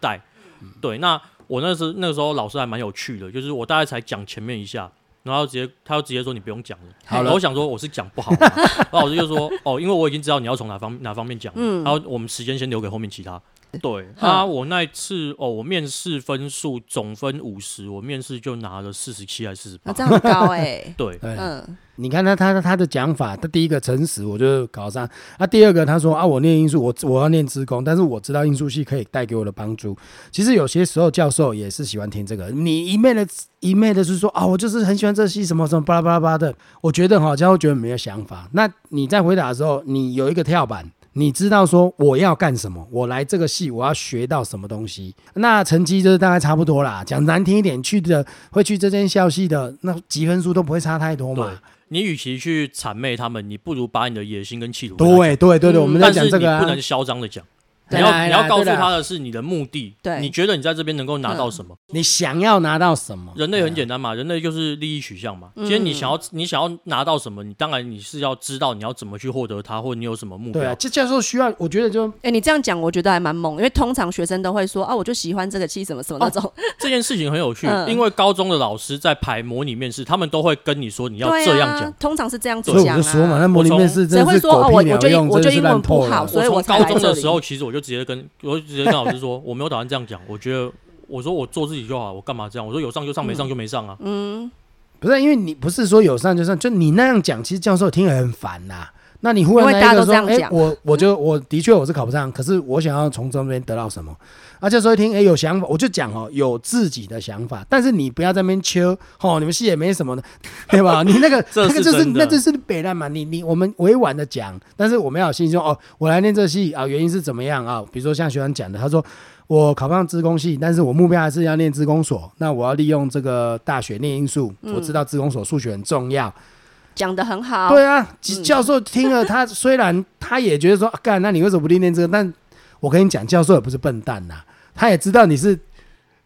Speaker 2: 代。
Speaker 1: 嗯
Speaker 2: 对，那我那时那时候老师还蛮有趣的，就是我大概才讲前面一下，然后他直接他就直接说你不用讲了。
Speaker 1: 好了
Speaker 2: 然后我想说我是讲不好嘛， 然后老师就说哦，因为我已经知道你要从哪方哪方面讲了，
Speaker 3: 嗯
Speaker 2: 然后我们时间先留给后面其他。对，啊，我那一次哦，我面试分数总分五十，我面试就拿了四十七还是四十
Speaker 3: 那
Speaker 2: 八，
Speaker 3: 这。样很高哎
Speaker 2: 对，
Speaker 1: 对了，
Speaker 3: 嗯，
Speaker 1: 你看他他他的讲法，他第一个诚实，我就搞上；啊，第二个他说啊，我念艺术，我我要念职工，但是我知道艺术系可以带给我的帮助。其实有些时候教授也是喜欢听这个，你一昧的一昧的是说啊，我就是很喜欢这系什么什么巴拉巴拉巴拉的，我觉得哈，教授觉得没有想法。那你在回答的时候，你有一个跳板。你知道说我要干什么？我来这个系，我要学到什么东西？那成绩就是大概差不多啦。讲难听一点，去的会去这间校系的，那积分数都不会差太多嘛
Speaker 2: 对。你与其去谄媚他们，你不如把你的野心跟企图跟他讲
Speaker 1: 对对对对，
Speaker 3: 嗯
Speaker 1: 我们在
Speaker 2: 但
Speaker 1: 讲
Speaker 2: 是
Speaker 1: 这
Speaker 2: 你
Speaker 1: 个、啊
Speaker 2: 不，能嚣张的讲，你
Speaker 1: 对
Speaker 2: 要
Speaker 1: 啦
Speaker 2: 你要
Speaker 1: 对啦
Speaker 2: 告诉
Speaker 1: 对啦
Speaker 2: 他的是你的目的，
Speaker 3: 对嗯
Speaker 2: 你觉得你在这边能够拿到什么？
Speaker 1: 你想要拿到什么？
Speaker 2: 人类很简单嘛，人类就是利益取向嘛。
Speaker 3: 嗯
Speaker 2: 今天你想要你想要拿到什么，你当然你是要知道你要怎么去获得它，或者你有什么目
Speaker 1: 对啊，
Speaker 2: 标。
Speaker 1: 这教授需要，我觉得就
Speaker 3: 哎，你这样讲我觉得还蛮猛，因为通常学生都会说啊，我就喜欢这个系什么什么
Speaker 2: 哦
Speaker 3: 那种，
Speaker 2: 这件事情很有趣
Speaker 3: 嗯，
Speaker 2: 因为高中的老师在排模拟面试，他们都会跟你说你要
Speaker 3: 对
Speaker 2: 这样
Speaker 3: 啊
Speaker 2: 讲。，
Speaker 3: 通常是这样子
Speaker 1: 所以我
Speaker 3: 讲
Speaker 1: 就说嘛，
Speaker 3: 啊，
Speaker 1: 那模拟
Speaker 2: 我从
Speaker 1: 面试真
Speaker 3: 谁
Speaker 1: 的
Speaker 3: 会
Speaker 1: 是
Speaker 3: 说
Speaker 1: 狗
Speaker 3: 哦我
Speaker 1: 屁鸟
Speaker 3: 我就英
Speaker 1: 用，
Speaker 3: 我
Speaker 1: 真
Speaker 3: 就
Speaker 1: 的是
Speaker 3: 英文
Speaker 1: 烂
Speaker 3: 不
Speaker 1: 透
Speaker 3: 好
Speaker 1: 了。
Speaker 3: 所以我
Speaker 2: 从
Speaker 3: 才
Speaker 2: 高
Speaker 3: 来
Speaker 2: 中
Speaker 3: 这
Speaker 2: 的
Speaker 3: 里
Speaker 2: 时候，其实我就直接跟我就直接跟老师说，我没有打算这样讲，我觉得我说我做自己就好，我干嘛这样？我说有上就上，没上就没上啊。
Speaker 3: 嗯，
Speaker 1: 不是因为你不是说有上就上，就你那样讲，其实教授听了很烦呐、那你忽然
Speaker 3: 因为
Speaker 1: 来一个
Speaker 3: 大家都
Speaker 1: 说，
Speaker 3: 这样
Speaker 1: 哎、
Speaker 3: 讲
Speaker 1: 我我就我的确我是考不上，可是我想要从中间得到什么？啊，教授一听，哎、有想法，我就讲哦，有自己的想法，但是你不要在那边秋哦，你们戏也没什么的， 对吧？你那个
Speaker 2: 这
Speaker 1: 那
Speaker 2: 是
Speaker 1: 个就是
Speaker 2: 真的
Speaker 1: 那就是北烂嘛，你你我们委婉的讲，但是我们要有信心说，哦，我来念这戏啊，原因是怎么样啊？比如说像学长讲的，他说我考不上资工系，但是我目标还是要念资工所。那我要利用这个大学念因素，
Speaker 2: 嗯
Speaker 1: 我知道资工所数学很重要。
Speaker 3: 讲的很好，
Speaker 1: 对啊，教授听了他，虽然他也觉得说，啊干、那你为什么不念这个？但我跟你讲，教授也不是笨蛋呐、他也知道你是，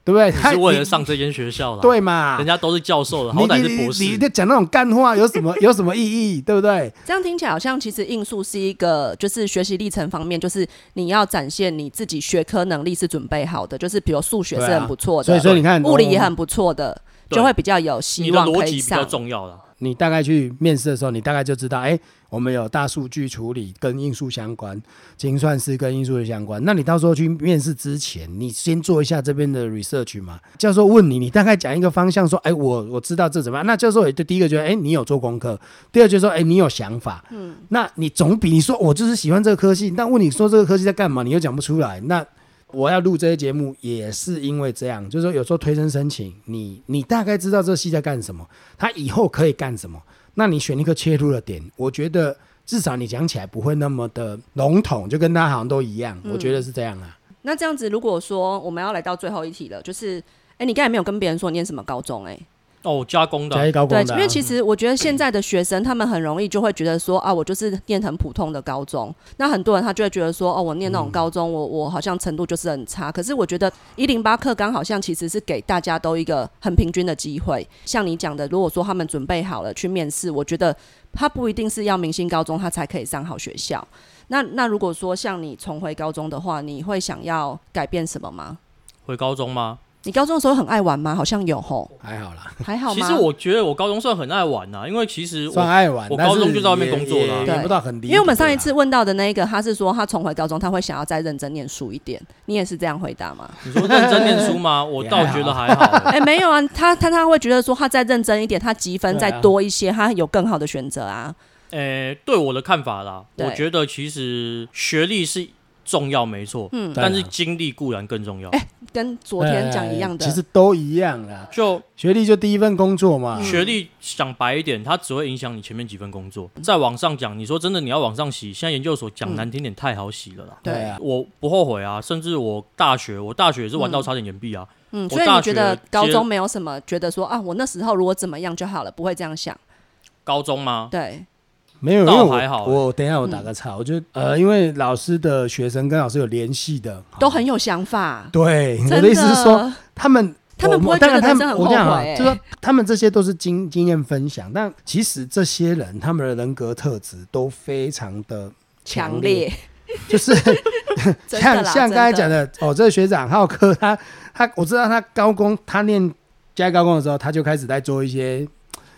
Speaker 1: 对不对？
Speaker 2: 你
Speaker 1: 他
Speaker 2: 是为了
Speaker 1: 你
Speaker 2: 上这间学校啦，
Speaker 1: 对啊嘛？
Speaker 2: 人家都是教授了，
Speaker 1: 你
Speaker 2: 好歹是
Speaker 1: 你
Speaker 2: 博士。
Speaker 1: 你你在讲那种干话有什么有什么意义？对不对？
Speaker 3: 这样听起来好像，其实应数是一个，就是学习历程方面，就是你要展现你自己学科能力是准备好的，就是比如数学是
Speaker 1: 对啊
Speaker 3: 很不错的，
Speaker 1: 所以说你看，
Speaker 3: 物理也
Speaker 1: 我
Speaker 3: 很不错的，
Speaker 2: 对
Speaker 3: 就会比较有
Speaker 2: 你
Speaker 3: 希
Speaker 2: 的
Speaker 3: 望
Speaker 2: 逻
Speaker 3: 可
Speaker 2: 辑
Speaker 3: 以
Speaker 2: 比较
Speaker 3: 上。
Speaker 2: 重要啦。
Speaker 1: 你大概去面试的时候，你大概就知道，哎、我们有大数据处理跟因素相关，精算师跟因素的相关。那你到时候去面试之前，你先做一下这边的 research 嘛。教授问你，你大概讲一个方向，说，哎、我我知道这怎么样。那教授也就第一个觉得，哎、你有做功课；第二就说，哎、你有想法。嗯，那你总比你说我就是喜欢这个科系，但问你说这个科系在干嘛，你又讲不出来，那。我要录这些节目也是因为这样，就是说有时候推甄申请，你你大概知道这个系在干什么，他以后可以干什么，那你选一个切入的点，我觉得至少你讲起来不会那么的笼统，就跟大家好像都一样，
Speaker 3: 嗯
Speaker 1: 我觉得是这样啊。
Speaker 3: 那这样子，如果说我们要来到最后一题了，就是，哎、你刚才没有跟别人说你念什么高中、哎诶
Speaker 2: 哦，加工的
Speaker 1: 嘉
Speaker 2: 啊，
Speaker 1: 义高工
Speaker 3: 哎，
Speaker 1: 的
Speaker 3: 对，
Speaker 1: 啊、
Speaker 3: 因为其实我觉得现在的学生，他们很容易就会觉得说，啊，我就是念很普通的高中。那很多人他就会觉得说，哦，我念
Speaker 2: 嗯
Speaker 3: 那种高中，我我好像程度就是很差。可是我觉得一零八课纲好像其实是给大家都一个很平均的机会。像你讲的，如果说他们准备好了去面试，我觉得他不一定是要明星高中他才可以上好学校。那那如果说像你重回高中的话，你会想要改变什么吗？
Speaker 2: 回高中吗？
Speaker 3: 你高中的时候很爱玩吗？好像有吼，
Speaker 1: 还好啦，
Speaker 3: 还好
Speaker 2: 其
Speaker 3: 吗？
Speaker 2: 实我觉得我高中算很爱玩呐、啊因为其实
Speaker 1: 算
Speaker 2: 我
Speaker 1: 爱玩。
Speaker 2: 我
Speaker 1: 但
Speaker 2: 高中
Speaker 1: 是
Speaker 2: 就在外面
Speaker 1: 也
Speaker 2: 工作啦啊
Speaker 1: 也
Speaker 3: 对
Speaker 1: 也不到很离谱啦。啊
Speaker 3: 因为我们上一次问到的那一个，他是说他重回高中，他会想要再认真念书一点。你也是这样回答 吗？
Speaker 2: 你说认真念书 吗？我倒觉得还好、欸
Speaker 3: 哎、没有啊，他他他会觉得说他再认真一点，他积分再
Speaker 1: 啊
Speaker 3: 多一些，他有更好的选择啊。
Speaker 2: 诶、对我的看法啦，
Speaker 3: 对
Speaker 2: 我觉得其实学历是重要没错，
Speaker 3: 嗯，
Speaker 1: 对啊
Speaker 2: 但是经历固然更重要。
Speaker 3: 跟昨天讲一样的。
Speaker 1: 呃其实都一样啦。
Speaker 2: 就
Speaker 1: 学历就第一份工作
Speaker 3: 嗯
Speaker 1: 嘛，
Speaker 2: 学历讲白一点，它只会影响你前面几份工
Speaker 3: 嗯
Speaker 2: 作。再往上讲，你说真的你要往上洗，现在研究所讲难听点太好洗了啦。
Speaker 3: 对
Speaker 1: 对啊，
Speaker 2: 我不后悔啊，甚至我大学，我大学也是玩到差点延毕啊。
Speaker 3: 嗯，
Speaker 2: 我
Speaker 3: 所以你
Speaker 2: 大
Speaker 3: 觉
Speaker 2: 学
Speaker 3: 得
Speaker 2: 接
Speaker 3: 高中没有什么觉得说啊，我那时候如果怎么样就好了，不会这样想。
Speaker 2: 高中吗？
Speaker 3: 对，
Speaker 1: 没有，因
Speaker 2: 倒
Speaker 1: 为我
Speaker 2: 还好欸
Speaker 1: 我等一下我打
Speaker 3: 嗯
Speaker 1: 个岔，我觉得呃，因为老师的学生跟老师有联系的，
Speaker 3: 都很有想法。
Speaker 1: 对。哦我
Speaker 3: 真
Speaker 1: 的意思是说，，他们
Speaker 3: 他们
Speaker 1: 我
Speaker 3: 不会
Speaker 1: 当
Speaker 3: 觉得
Speaker 1: 然他
Speaker 3: 人
Speaker 1: 们
Speaker 3: 生很
Speaker 1: 我这样
Speaker 3: 后
Speaker 1: 啊
Speaker 3: 悔欸
Speaker 1: 就说他们这些都是经经验分享，但其实这些人他们的人格特质都非常的
Speaker 3: 强
Speaker 1: 烈，
Speaker 3: 烈，
Speaker 1: 就是
Speaker 3: 真的
Speaker 1: 像
Speaker 3: 啦
Speaker 1: 像
Speaker 3: 真
Speaker 1: 刚才讲
Speaker 3: 的，
Speaker 1: 的哦，这个学长浩科他他我知道他高工他念加高工的时候，他就开始在做一些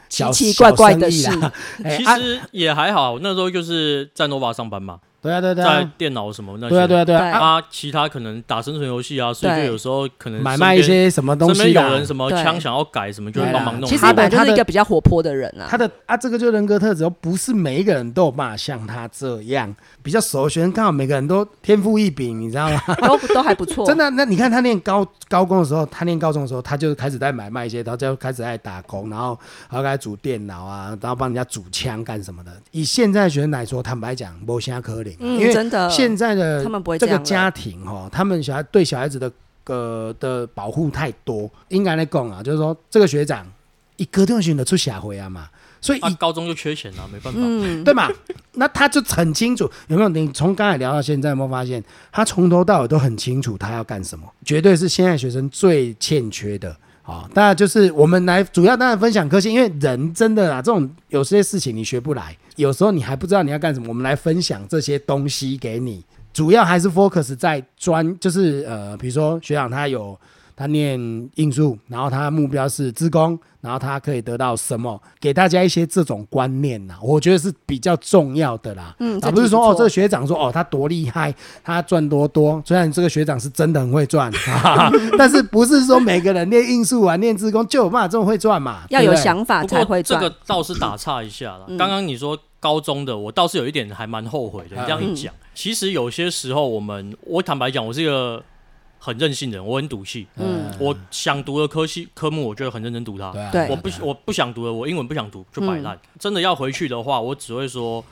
Speaker 3: 奇
Speaker 1: 小
Speaker 3: 奇怪怪的
Speaker 1: 小生
Speaker 3: 事
Speaker 1: 意。啦，哎
Speaker 2: 其
Speaker 1: 啊
Speaker 2: 实也还好，那时候就是在 nova 上班嘛，
Speaker 1: 对啊对啊对
Speaker 2: 在
Speaker 1: 啊
Speaker 2: 电脑什么那些。
Speaker 1: 对啊对啊对啊
Speaker 3: 对
Speaker 1: 啊
Speaker 2: 啊，其他可能打生存游戏啊，所以
Speaker 3: 对
Speaker 2: 就有时候可能
Speaker 1: 买卖一些什么东
Speaker 2: 身
Speaker 1: 西
Speaker 2: 边有
Speaker 1: 啦。
Speaker 2: 人什么
Speaker 3: 对
Speaker 2: 枪想要改什么，就会
Speaker 1: 对啊啦
Speaker 2: 帮忙弄。
Speaker 3: 其实
Speaker 1: 他
Speaker 3: 我
Speaker 1: 的
Speaker 3: 就是一
Speaker 1: 他
Speaker 3: 个
Speaker 1: 的
Speaker 3: 比较活泼的人啊。
Speaker 1: 他的啊，这个就人格特质，哦，不是每一个人都有办法像他这样比较熟的学生，刚好每个人都天赋异禀，你知 道吗？
Speaker 3: 都都还不 错，
Speaker 1: 真的啊，那你看他念高高中的时候，他念高中的时候，他就开始在买卖一些，然后就开始在打工，然后然后开始组电脑啊，然后帮人家组枪干什么的。以现在的学生来说，坦白讲，没虾可领，
Speaker 3: 嗯
Speaker 1: 因为
Speaker 3: 真的
Speaker 1: 现在的
Speaker 3: 他们不会
Speaker 1: 这
Speaker 3: 这
Speaker 1: 个
Speaker 3: 样了
Speaker 1: 家庭哈，他们小孩对小孩子的呃的保护太多，应该来讲啊，就是说这个学长一个定选的出社会啊嘛，所以
Speaker 2: 啊
Speaker 1: 以，
Speaker 2: 高中就缺钱啊，没办法。
Speaker 3: 嗯，
Speaker 1: 对嘛？那他就很清楚，有没有？你从刚才聊到现在，有没有发现他从头到尾都很清楚他要干什么？绝对是现在学生最欠缺的。好、当然就是我们来主要当然分享科系，因为人真的啦，这种有些事情你学不来，有时候你还不知道你要干什么，我们来分享这些东西给你。主要还是 focus 在专，就是呃，比如说学长他有他念应数，然后他目标是资工，然后他可以得到什么？给大家一些这种观念呐、我觉得是比较重要的啦。
Speaker 3: 嗯
Speaker 1: 而
Speaker 3: 这
Speaker 1: 不是
Speaker 3: 题
Speaker 1: 说
Speaker 3: 不
Speaker 1: 哦，
Speaker 3: 错
Speaker 1: 这个学长说哦，他多厉害，他赚多多。虽然这个学长是真的很会赚，哈哈但是不是说每个人念应数啊、念资工就有办法这么会赚嘛？
Speaker 3: 要
Speaker 1: 对
Speaker 3: 有
Speaker 1: 不对
Speaker 3: 想法
Speaker 2: 不
Speaker 3: 才会
Speaker 2: 过这
Speaker 3: 赚。
Speaker 2: 个倒是打岔一下啦
Speaker 3: 嗯，
Speaker 2: 刚刚你说高中的，我倒是有一点还蛮后悔
Speaker 1: 嗯
Speaker 2: 的。你这样一讲，其实有些时候我们，我坦白讲，我是一个很任性的人，我很赌气。
Speaker 3: 嗯
Speaker 2: 我想读的科系科目，我就会很认真读它
Speaker 1: 对。啊
Speaker 3: 对
Speaker 2: 我不我不想读了，我英文不想读就摆
Speaker 3: 嗯
Speaker 2: 烂。真的要回去的话，我只会说。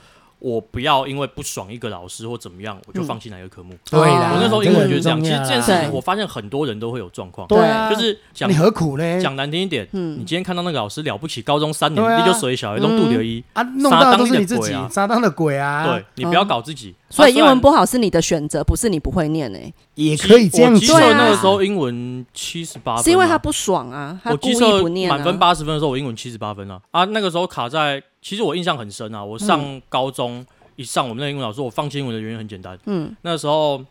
Speaker 2: 我不要因为不爽一个老师或怎么样，我就放弃哪一个科目。
Speaker 3: 嗯
Speaker 1: 对啦，
Speaker 3: 啊
Speaker 2: 我那时候
Speaker 1: 这
Speaker 2: 英
Speaker 1: 个
Speaker 2: 文就
Speaker 1: 很
Speaker 2: 是这样。
Speaker 1: 重
Speaker 2: 其实
Speaker 1: 要啊
Speaker 2: 这件
Speaker 1: 啦
Speaker 2: 事
Speaker 3: 对
Speaker 2: 情，我发现很多人都会有状况，
Speaker 1: 对啊，
Speaker 2: 就是讲
Speaker 1: 你何苦呢？
Speaker 2: 讲难听一点，
Speaker 3: 嗯
Speaker 2: 你今天看到那个老师了不起，高中三年
Speaker 1: 对啊
Speaker 2: 你就水小孩弄杜流一，
Speaker 1: 啊，弄到的都是你自己
Speaker 2: 撒当的鬼啊
Speaker 1: 撒当的鬼啊，
Speaker 2: 对，你不要搞自己。
Speaker 3: 嗯所
Speaker 2: 啊
Speaker 3: 以英文，
Speaker 2: 虽然
Speaker 3: 不好是你的选择，不是你不会念欸诶、
Speaker 1: 也
Speaker 2: 机
Speaker 1: 可以这样
Speaker 2: 我机
Speaker 1: 讲
Speaker 2: 测
Speaker 3: 对啊
Speaker 2: 那个时候英文七十八分啊，
Speaker 3: 是因为他不爽啊，他
Speaker 2: 我
Speaker 3: 故
Speaker 2: 机
Speaker 3: 意
Speaker 2: 测
Speaker 3: 不念
Speaker 2: 满分
Speaker 3: 啊。
Speaker 2: 八十分的时候，我英文七十八分啊啊，那个时候卡在，其实我印象很深啊。我上
Speaker 3: 嗯
Speaker 2: 高中一上我们那个英文老师，我放弃英文的原因很简单，
Speaker 3: 嗯
Speaker 2: 那时候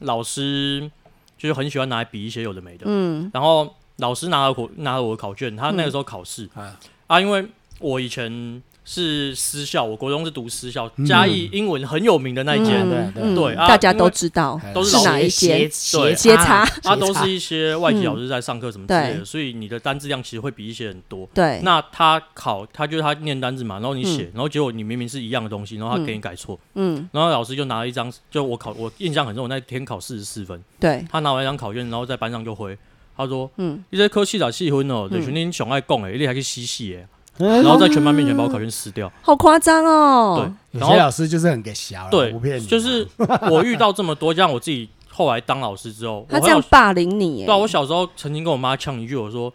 Speaker 2: 老师就是很喜欢拿来比一些有的没的，
Speaker 3: 嗯
Speaker 2: 然后老师拿了我拿了我的考卷，他那个时候考试、
Speaker 1: 啊
Speaker 2: 啊，因为我以前是私校，我国中是读私校，
Speaker 3: 嗯
Speaker 2: 嘉义英文很有名的那一间，
Speaker 1: 对对
Speaker 2: 对啊
Speaker 3: 大家
Speaker 2: 因
Speaker 3: 都
Speaker 2: 为
Speaker 3: 知道
Speaker 1: 哎
Speaker 2: 都是
Speaker 3: 是
Speaker 2: 老
Speaker 3: 哪一间
Speaker 1: 斜
Speaker 2: 对
Speaker 1: 斜
Speaker 2: 啊
Speaker 3: 斜插
Speaker 1: 插，
Speaker 2: 它、
Speaker 1: 斜
Speaker 2: 都
Speaker 1: 插
Speaker 2: 是一些外籍老师在上课什么之类
Speaker 3: 嗯对
Speaker 2: 的，所以你的单字量其实会比一些人多。
Speaker 3: 对，
Speaker 2: 那他考，他就是他念单字嘛，然后你写，然后结果你明明是一样的东西，然后他给你改错，
Speaker 3: 嗯
Speaker 2: 然后老师就拿了一张，就我考，我印象很深，我那天考四十四分，
Speaker 3: 对，
Speaker 2: 他拿完一张考卷，然后在班上就挥，他说：“
Speaker 3: 嗯
Speaker 2: 你这科系咋细分哦？
Speaker 3: 嗯
Speaker 2: 就是恁上爱讲诶，你还去死死诶。
Speaker 1: 嗯
Speaker 2: 然后在全班面前把我考卷撕掉。
Speaker 3: 好夸张哦！
Speaker 1: 有
Speaker 2: 对，然
Speaker 1: 些
Speaker 2: 后
Speaker 1: 老师就是很给小啦，
Speaker 2: 对
Speaker 1: 啊我不骗你啊，
Speaker 2: 就是我遇到这么多，让我自己后来当老师之后，
Speaker 3: 他
Speaker 2: 我
Speaker 3: 这
Speaker 2: 还有
Speaker 3: 样霸凌你欸耶
Speaker 2: 对啊，，我小时候曾经跟我妈呛一句，我说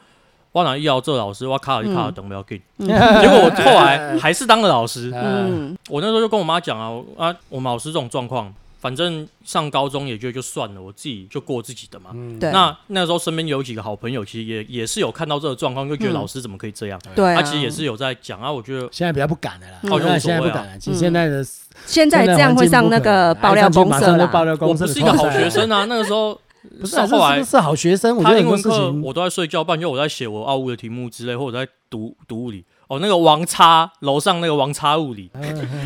Speaker 2: 我哪要这老师，我卡尔卡
Speaker 3: 嗯
Speaker 2: 尔等不要给。结果我后来还是当了老师。
Speaker 1: 嗯，
Speaker 3: 嗯，
Speaker 2: 我那时候就跟我妈讲啊，我啊，我们老师这种状况，反正上高中也就就算了，我自己就过自己的嘛。
Speaker 1: 嗯
Speaker 3: 对
Speaker 2: 那那时候身边有几个好朋友，其实也也是有看到这个状况，就觉得
Speaker 3: 嗯
Speaker 2: 老师怎么可以这样？
Speaker 3: 对
Speaker 2: 他、
Speaker 3: 啊，
Speaker 2: 其实也是有在讲啊，我觉得
Speaker 1: 现在比较不敢了啦，
Speaker 3: 嗯
Speaker 1: 现在
Speaker 2: 哦
Speaker 1: 现在不敢了，其实现在的
Speaker 3: 现在这样会上那个爆料公社
Speaker 1: 了，
Speaker 3: 啦，
Speaker 1: 爆料
Speaker 2: 我
Speaker 1: 公社
Speaker 2: 不
Speaker 1: 的
Speaker 2: 是一个好
Speaker 1: 公
Speaker 2: 学
Speaker 1: 社，
Speaker 2: 生 啊。那个时候
Speaker 1: 不是
Speaker 2: 到
Speaker 1: 啊
Speaker 2: 后来
Speaker 1: 是是好学生，我觉
Speaker 2: 他
Speaker 1: 得
Speaker 2: 英
Speaker 1: 很多
Speaker 2: 文
Speaker 1: 事
Speaker 2: 课
Speaker 1: 情
Speaker 2: 我都在睡觉，半夜我在写我奥啊物的题目之类，或者我在读读物理。哦，那个王叉楼上那个王叉
Speaker 1: 哎
Speaker 2: 物理，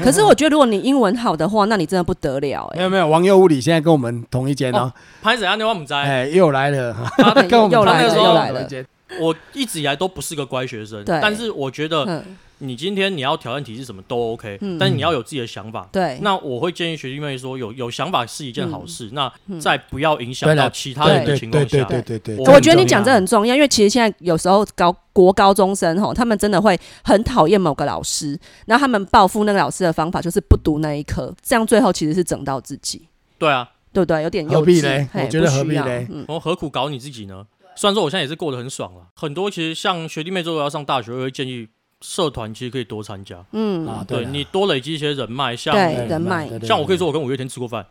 Speaker 3: 可是我觉得，如果你英文好的话，那你真的不得了
Speaker 1: 没
Speaker 3: 哎、
Speaker 1: 有没有，王佑物理现在跟我们同一间哦，
Speaker 2: 潘怎样啊的我们在，
Speaker 1: 哎，又来了，
Speaker 2: 他
Speaker 3: 对
Speaker 1: 跟我们
Speaker 3: 又
Speaker 1: 同一
Speaker 2: 那
Speaker 3: 来
Speaker 2: 个
Speaker 3: 了，
Speaker 2: 时候
Speaker 3: 又来了。
Speaker 2: 我一直以来都不是个乖学生，
Speaker 3: 对
Speaker 2: 但是我觉得
Speaker 3: 嗯，
Speaker 2: 你今天你要挑战体制什么都 OK，、
Speaker 3: 嗯
Speaker 2: 但你要有自己的想法。
Speaker 3: 对，嗯
Speaker 2: 那我会建议学弟妹说，有有想法是一件好事，那在不要影响
Speaker 1: 对啦
Speaker 2: 到其他
Speaker 1: 对
Speaker 2: 人
Speaker 1: 对
Speaker 2: 的
Speaker 1: 对
Speaker 2: 情况
Speaker 1: 对
Speaker 2: 下，
Speaker 1: 对对对，
Speaker 2: 我
Speaker 3: 我
Speaker 2: 很
Speaker 3: 觉得
Speaker 2: 重
Speaker 3: 你讲
Speaker 2: 要
Speaker 3: 这很重要，因为其实现在有时候高国高中生吼，他们真的会很讨厌某个老师，然后他们报复那个老师的方法就是不读那一科，这样最后其实是整到自己，
Speaker 2: 对啊，
Speaker 3: 对不对？有点幼稚
Speaker 1: 何必嘞
Speaker 3: 嘿
Speaker 1: 我觉得
Speaker 3: 不需
Speaker 1: 何必
Speaker 3: 要
Speaker 1: 嘞
Speaker 3: 嗯，
Speaker 2: 我何苦搞你自己呢？虽然说我现在也是过得很爽了，很多其实像学弟妹，如果要上大学，我会建议社团其实可以多参加，
Speaker 1: 啊
Speaker 3: 嗯，
Speaker 2: 对
Speaker 1: 啦
Speaker 2: 你多累积一些人脉，像
Speaker 3: 对
Speaker 1: 对
Speaker 3: 人脉
Speaker 1: 对对对
Speaker 2: 像我可以说我跟五月天吃过饭，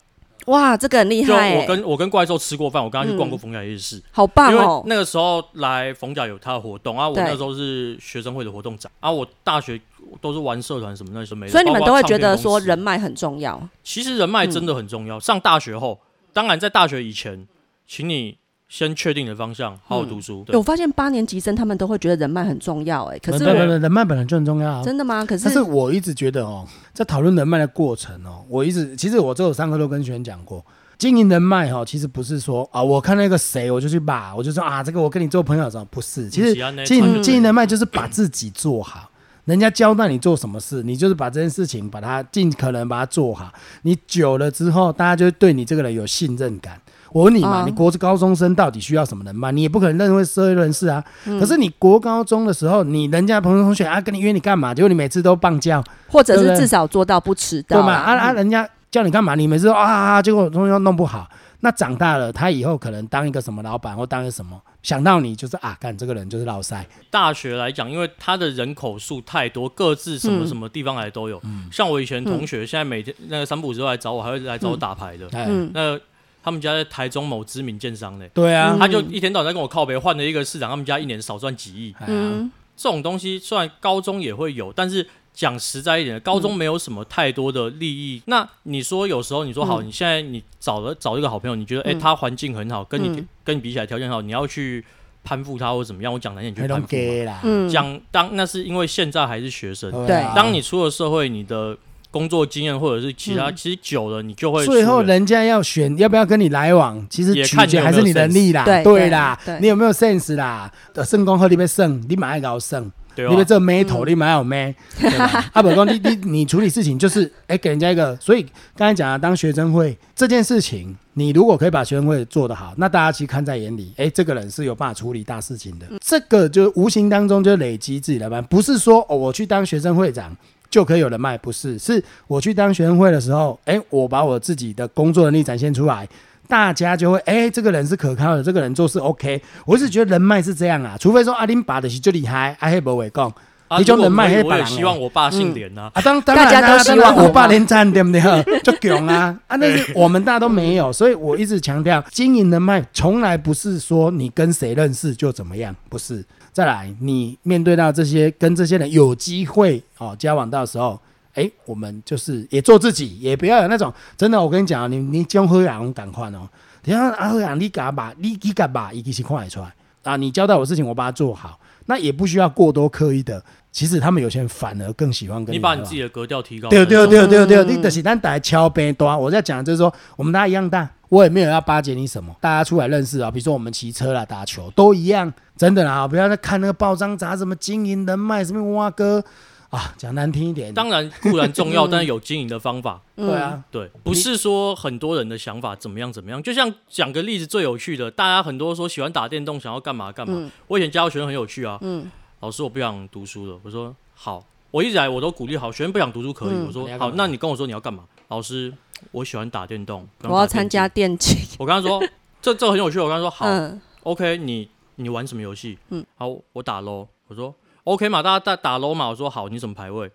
Speaker 3: 哇，这个很厉
Speaker 2: 就
Speaker 3: 害、
Speaker 2: 我
Speaker 3: 欸，
Speaker 2: 跟我跟怪兽吃过饭，我跟他去逛过
Speaker 3: 嗯
Speaker 2: 逢甲夜市，
Speaker 3: 好棒
Speaker 2: 因为
Speaker 3: 哦，
Speaker 2: 那个时候来逢甲有他的活动啊，我
Speaker 3: 对
Speaker 2: 那时候是学生会的活动长啊，我大学都是玩社团什么那时候没的，
Speaker 3: 所以你们
Speaker 2: 包
Speaker 3: 都
Speaker 2: 括
Speaker 3: 会
Speaker 2: 唱
Speaker 3: 觉
Speaker 2: 片
Speaker 3: 得
Speaker 2: 公司
Speaker 3: 说人，嗯脉很重要，
Speaker 2: 其实人脉真的很重要。上大学后，当然在大学以前，请你先确定你的方向，好好读书。对
Speaker 3: 我发现八年级生他们都会觉得人脉很重要、欸，哎，可是
Speaker 1: 不不
Speaker 3: 我
Speaker 1: 不人脉本来就很重要啊，
Speaker 3: 真的吗？可是
Speaker 1: 但是我一直觉得哦，在讨论人脉的过程哦，我一直其实我这有上课都跟学员讲过，经营人脉哈、哦，其实不是说啊，我看那个谁我就去骂，我就说啊，这个我跟你做朋友什么，不是，其实
Speaker 2: 你喜欢那一
Speaker 1: 经
Speaker 2: 团就
Speaker 1: 营
Speaker 2: 对
Speaker 1: 经营人脉就是把自己做好。人家交代你做什么事，你就是把这件事情把它尽可能把它做好。你久了之后，大家就会对你这个人有信任感。我问你嘛，
Speaker 2: 哦
Speaker 3: 嗯
Speaker 1: 你国高中生到底需要什么人脉？你也不可能认为社会人士啊。
Speaker 3: 嗯
Speaker 1: 可是你国高中的时候，你人家朋友同学啊跟你约你干嘛？结果你每次都棒叫，
Speaker 3: 或者
Speaker 1: 对不
Speaker 3: 是
Speaker 1: 对
Speaker 3: 至少做到不迟
Speaker 1: 对
Speaker 3: 到
Speaker 1: 嘛？
Speaker 3: 啦，
Speaker 1: 啊啊，人家叫你干嘛？你每次都啊啊啊，结果东西都弄不好。那长大了，他以后可能当一个什么老板或当一个什么，想到你就是啊，干这个人就是老塞，
Speaker 2: 大学来讲，因为它的人口数太多，各自什么
Speaker 3: 嗯
Speaker 2: 什么地方来都有。像我以前同学，现在每天那个三浦之后来找我，还会来找我打牌的。
Speaker 1: 哎，
Speaker 3: 嗯，
Speaker 2: 那他们家在台中某知名建商呢，
Speaker 1: 对啊
Speaker 3: 嗯，
Speaker 2: 他就一天到晚在跟我靠北，换了一个市长，他们家一年少赚几亿。
Speaker 1: 哎呀
Speaker 3: 嗯，
Speaker 2: 这种东西虽然高中也会有，但是讲实在一点，高
Speaker 1: 嗯
Speaker 2: 中没有什么太多的利益。那你说有时候你说好，
Speaker 3: 嗯
Speaker 2: 你现在你找了找一个好朋友，你觉得哎、
Speaker 3: 嗯
Speaker 2: 他环境很好，跟你、
Speaker 3: 嗯
Speaker 2: 跟你比起来条件好，你要去攀附他或者怎么样？我讲难听，你去
Speaker 1: 还
Speaker 2: 攀
Speaker 1: 能
Speaker 2: 附嘛。
Speaker 1: 哎给啦，
Speaker 3: 嗯，
Speaker 2: 讲当那是因为现在还是学生，
Speaker 1: 啊
Speaker 3: 对
Speaker 2: 当你出了社会，你的工作经验或者是其他，
Speaker 3: 嗯
Speaker 2: 其实久了你就会
Speaker 1: 最后
Speaker 2: 疏远
Speaker 1: 人家要选要不要跟你来往，其实
Speaker 2: 也
Speaker 1: 取
Speaker 2: 看你
Speaker 1: 决
Speaker 2: 有
Speaker 1: 还
Speaker 2: 没
Speaker 1: 是
Speaker 2: 有
Speaker 1: 你能
Speaker 2: sense
Speaker 1: 力啦，
Speaker 3: 对对
Speaker 1: 啦
Speaker 3: 对，
Speaker 1: 你有没有 sense 啦？呃圣光喝你杯圣，你蛮爱搞圣，
Speaker 2: 对啊
Speaker 1: 你
Speaker 2: 吧
Speaker 1: 别？这眉头，你蛮有眉。对吧啊，本公，你你你处理事情就是，哎、给人家一个。所以刚才讲啊，当学生会这件事情，你如果可以把学生会做得好，那大家其实看在眼里，哎、这个人是有办法处理大事情的。这个就无形当中就累积自己的班，不是说哦，我去当学生会长。就可以有人脉，不是？是我去当学生会的时候，哎、我把我自己的工作能力展现出来，大家就会哎、这个人是可靠的，这个人做事 OK。我是觉得人脉是这样啊，除非说阿林把的是就厉害，阿黑不会讲，
Speaker 2: 啊
Speaker 1: 你就
Speaker 2: 如果
Speaker 1: 能卖
Speaker 2: 可以
Speaker 1: 黑
Speaker 2: 我
Speaker 1: 板
Speaker 2: 也
Speaker 1: 欸
Speaker 2: 希望我爸姓连呐。
Speaker 1: 啊，当当然、啊、
Speaker 3: 大家都希望
Speaker 1: 当然
Speaker 3: 好
Speaker 1: 我爸
Speaker 3: 吗
Speaker 1: 连战对 不对？就囧啊啊！但是我们大家都没有，所以我一直强调，经营人脉从来不是说你跟谁认识就怎么样，不是。再来，你面对到这些跟这些人有机会哦交往到的时候。哎，我们就是也做自己，也不要有那种真的。我跟你讲啊，你你江喝洋赶快哦，你看阿喝洋，你敢把你你敢把，一个是看得出来啊。你交代我事情，我把它做好，那也不需要过多刻意的。其实他们有些人反而更喜欢跟
Speaker 2: 你
Speaker 1: 来
Speaker 2: 把
Speaker 1: 往
Speaker 2: 你自己的格调提高，
Speaker 1: 对对
Speaker 2: 这种
Speaker 1: 对对对，
Speaker 3: 嗯
Speaker 1: 你的是咱大家敲边端。我在讲的就是说，我们大家一样大，我也没有要巴结你什么。大家出来认识啊，比如说我们骑车啦、打球都一样，真的啦，不要再看那个报章杂志什么经营人脉什么蛙哥啊，讲难听一点，
Speaker 2: 当然固然重要，
Speaker 3: 嗯
Speaker 2: 但是有经营的方法，
Speaker 3: 嗯
Speaker 1: 对，啊，
Speaker 2: 对，不是说很多人的想法怎么样怎么样。就像讲个例子最有趣的，大家很多说喜欢打电动，想要干嘛干嘛。
Speaker 3: 嗯
Speaker 2: 我以前家教学生很有趣啊，
Speaker 3: 嗯，
Speaker 2: 老师我不想读书了。我说好，我一直以来我都鼓励好学生不想读书可以，
Speaker 3: 嗯
Speaker 2: 我
Speaker 1: 你
Speaker 2: 说
Speaker 1: 要干
Speaker 2: 好，
Speaker 1: 嘛
Speaker 2: 那你跟我说你要干嘛？老师，我喜欢打电动，不想
Speaker 3: 我
Speaker 2: 打
Speaker 3: 要
Speaker 2: 电
Speaker 3: 参加
Speaker 2: 竞。
Speaker 3: 电竞。
Speaker 2: 我跟他说这这很有趣，我跟他说好，
Speaker 3: 嗯，
Speaker 2: OK，你你玩什么游戏？
Speaker 3: 嗯，
Speaker 2: 好，我打 LO。我说 OK 嘛，大家打打 LO 嘛。我说好，你什么排位？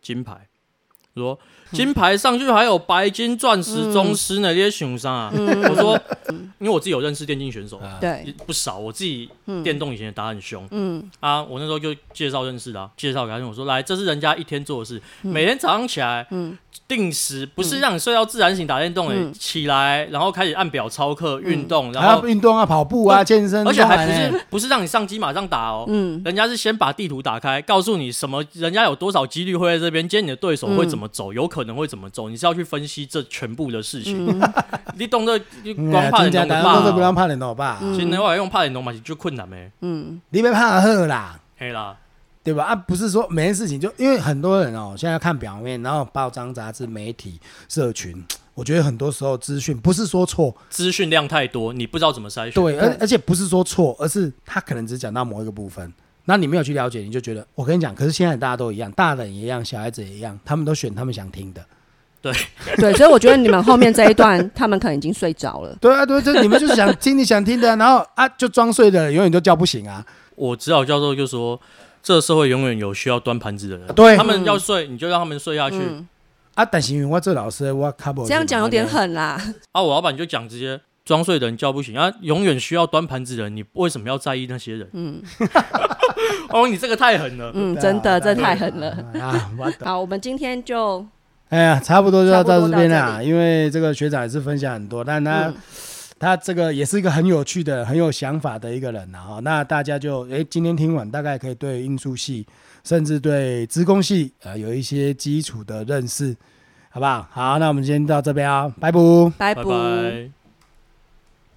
Speaker 2: 金牌。我说
Speaker 3: 嗯
Speaker 2: 金牌上去还有白金、钻石、宗师呢，这些熊上
Speaker 3: 嗯
Speaker 2: 啊。 我说，因为我自己有认识电竞选手，
Speaker 3: 对，
Speaker 2: 不少，我自己
Speaker 3: 嗯
Speaker 2: 电动以前也打很凶
Speaker 3: 嗯，
Speaker 2: 啊。我那时候就介绍认识的、啊，介绍给他听，我说来，这是人家一天做的事，每天早上起来，
Speaker 3: 嗯，
Speaker 2: 定时不是让你睡到自然醒打电动、欸，
Speaker 3: 嗯
Speaker 2: 起来然后开始按表操课、运动，然
Speaker 1: 还
Speaker 2: 后
Speaker 1: 要运动啊，跑步啊，健身，
Speaker 2: 而且还不
Speaker 1: 都呢
Speaker 2: 是不是让你上机马上打哦，
Speaker 3: 嗯，
Speaker 2: 人家是先把地图打开，告诉你什么，人家有多少几率会在这边，今天你的对手会怎么走，有可能会怎么走，你是要去分析这全部的事情。你懂得你
Speaker 1: 嗯
Speaker 2: 光怕
Speaker 1: 真
Speaker 2: 人
Speaker 1: 假
Speaker 2: 懂
Speaker 1: 的
Speaker 2: 得
Speaker 1: 都是不
Speaker 2: 吧？
Speaker 1: 让怕人懂吧？
Speaker 2: 其实你要用怕人懂嘛，就困难呗。
Speaker 3: 嗯，
Speaker 1: 你别怕喝啦。
Speaker 2: 嘿啦，
Speaker 1: 对吧？啊，不是说每件事情就因为很多人哦，现在看表面，然后报章、杂志、媒体、社群，我觉得很多时候资讯不是说错，
Speaker 2: 资讯量太多，你不知道怎么筛选。
Speaker 1: 对，而
Speaker 3: 对
Speaker 1: 而且不是说错，而是他可能只讲到某一个部分，那你没有去了解，你就觉得我跟你讲，可是现在大家都一样，大人也一样，小孩子也一样，他们都选他们想听的。
Speaker 3: 对，所以我觉得你们后面这一段，他们可能已经睡着 了。
Speaker 1: 对啊，对，这你们就是想听你想听的，然后啊，就装睡的人永远都叫不醒啊。
Speaker 2: 我指导教授就说，这个社会永远有需要端盘子的人，
Speaker 1: 对
Speaker 2: 他们要睡，你就让他们睡下去。
Speaker 3: 嗯，
Speaker 1: 啊，但是因为我这老师我 cover
Speaker 3: 这样讲有点狠啦。
Speaker 2: 啊，我老板就讲直接装睡的人叫不醒啊，永远需要端盘子的人，你为什么要在意那些人？
Speaker 3: 嗯
Speaker 2: 哦，你这个太狠了。
Speaker 3: 嗯，
Speaker 1: 对啊
Speaker 3: 真的，
Speaker 1: 对啊
Speaker 3: 这太狠了。
Speaker 1: 啊，我懂。
Speaker 3: 好，我们今天就
Speaker 1: 哎呀，差不多就要到这边
Speaker 3: 差不多到
Speaker 1: 啦，
Speaker 3: 这
Speaker 1: 因为这个学长也是分享很多，但他、
Speaker 3: 嗯
Speaker 1: 他这个也是一个很有趣的、很有想法的一个人呐、啊哈。那大家就哎，今天听完大概可以对应数系，甚至对资工系呃有一些基础的认识，好不好？好，那我们先到这边啊，拜拜。
Speaker 3: 拜
Speaker 2: 拜
Speaker 3: 拜。
Speaker 2: 拜。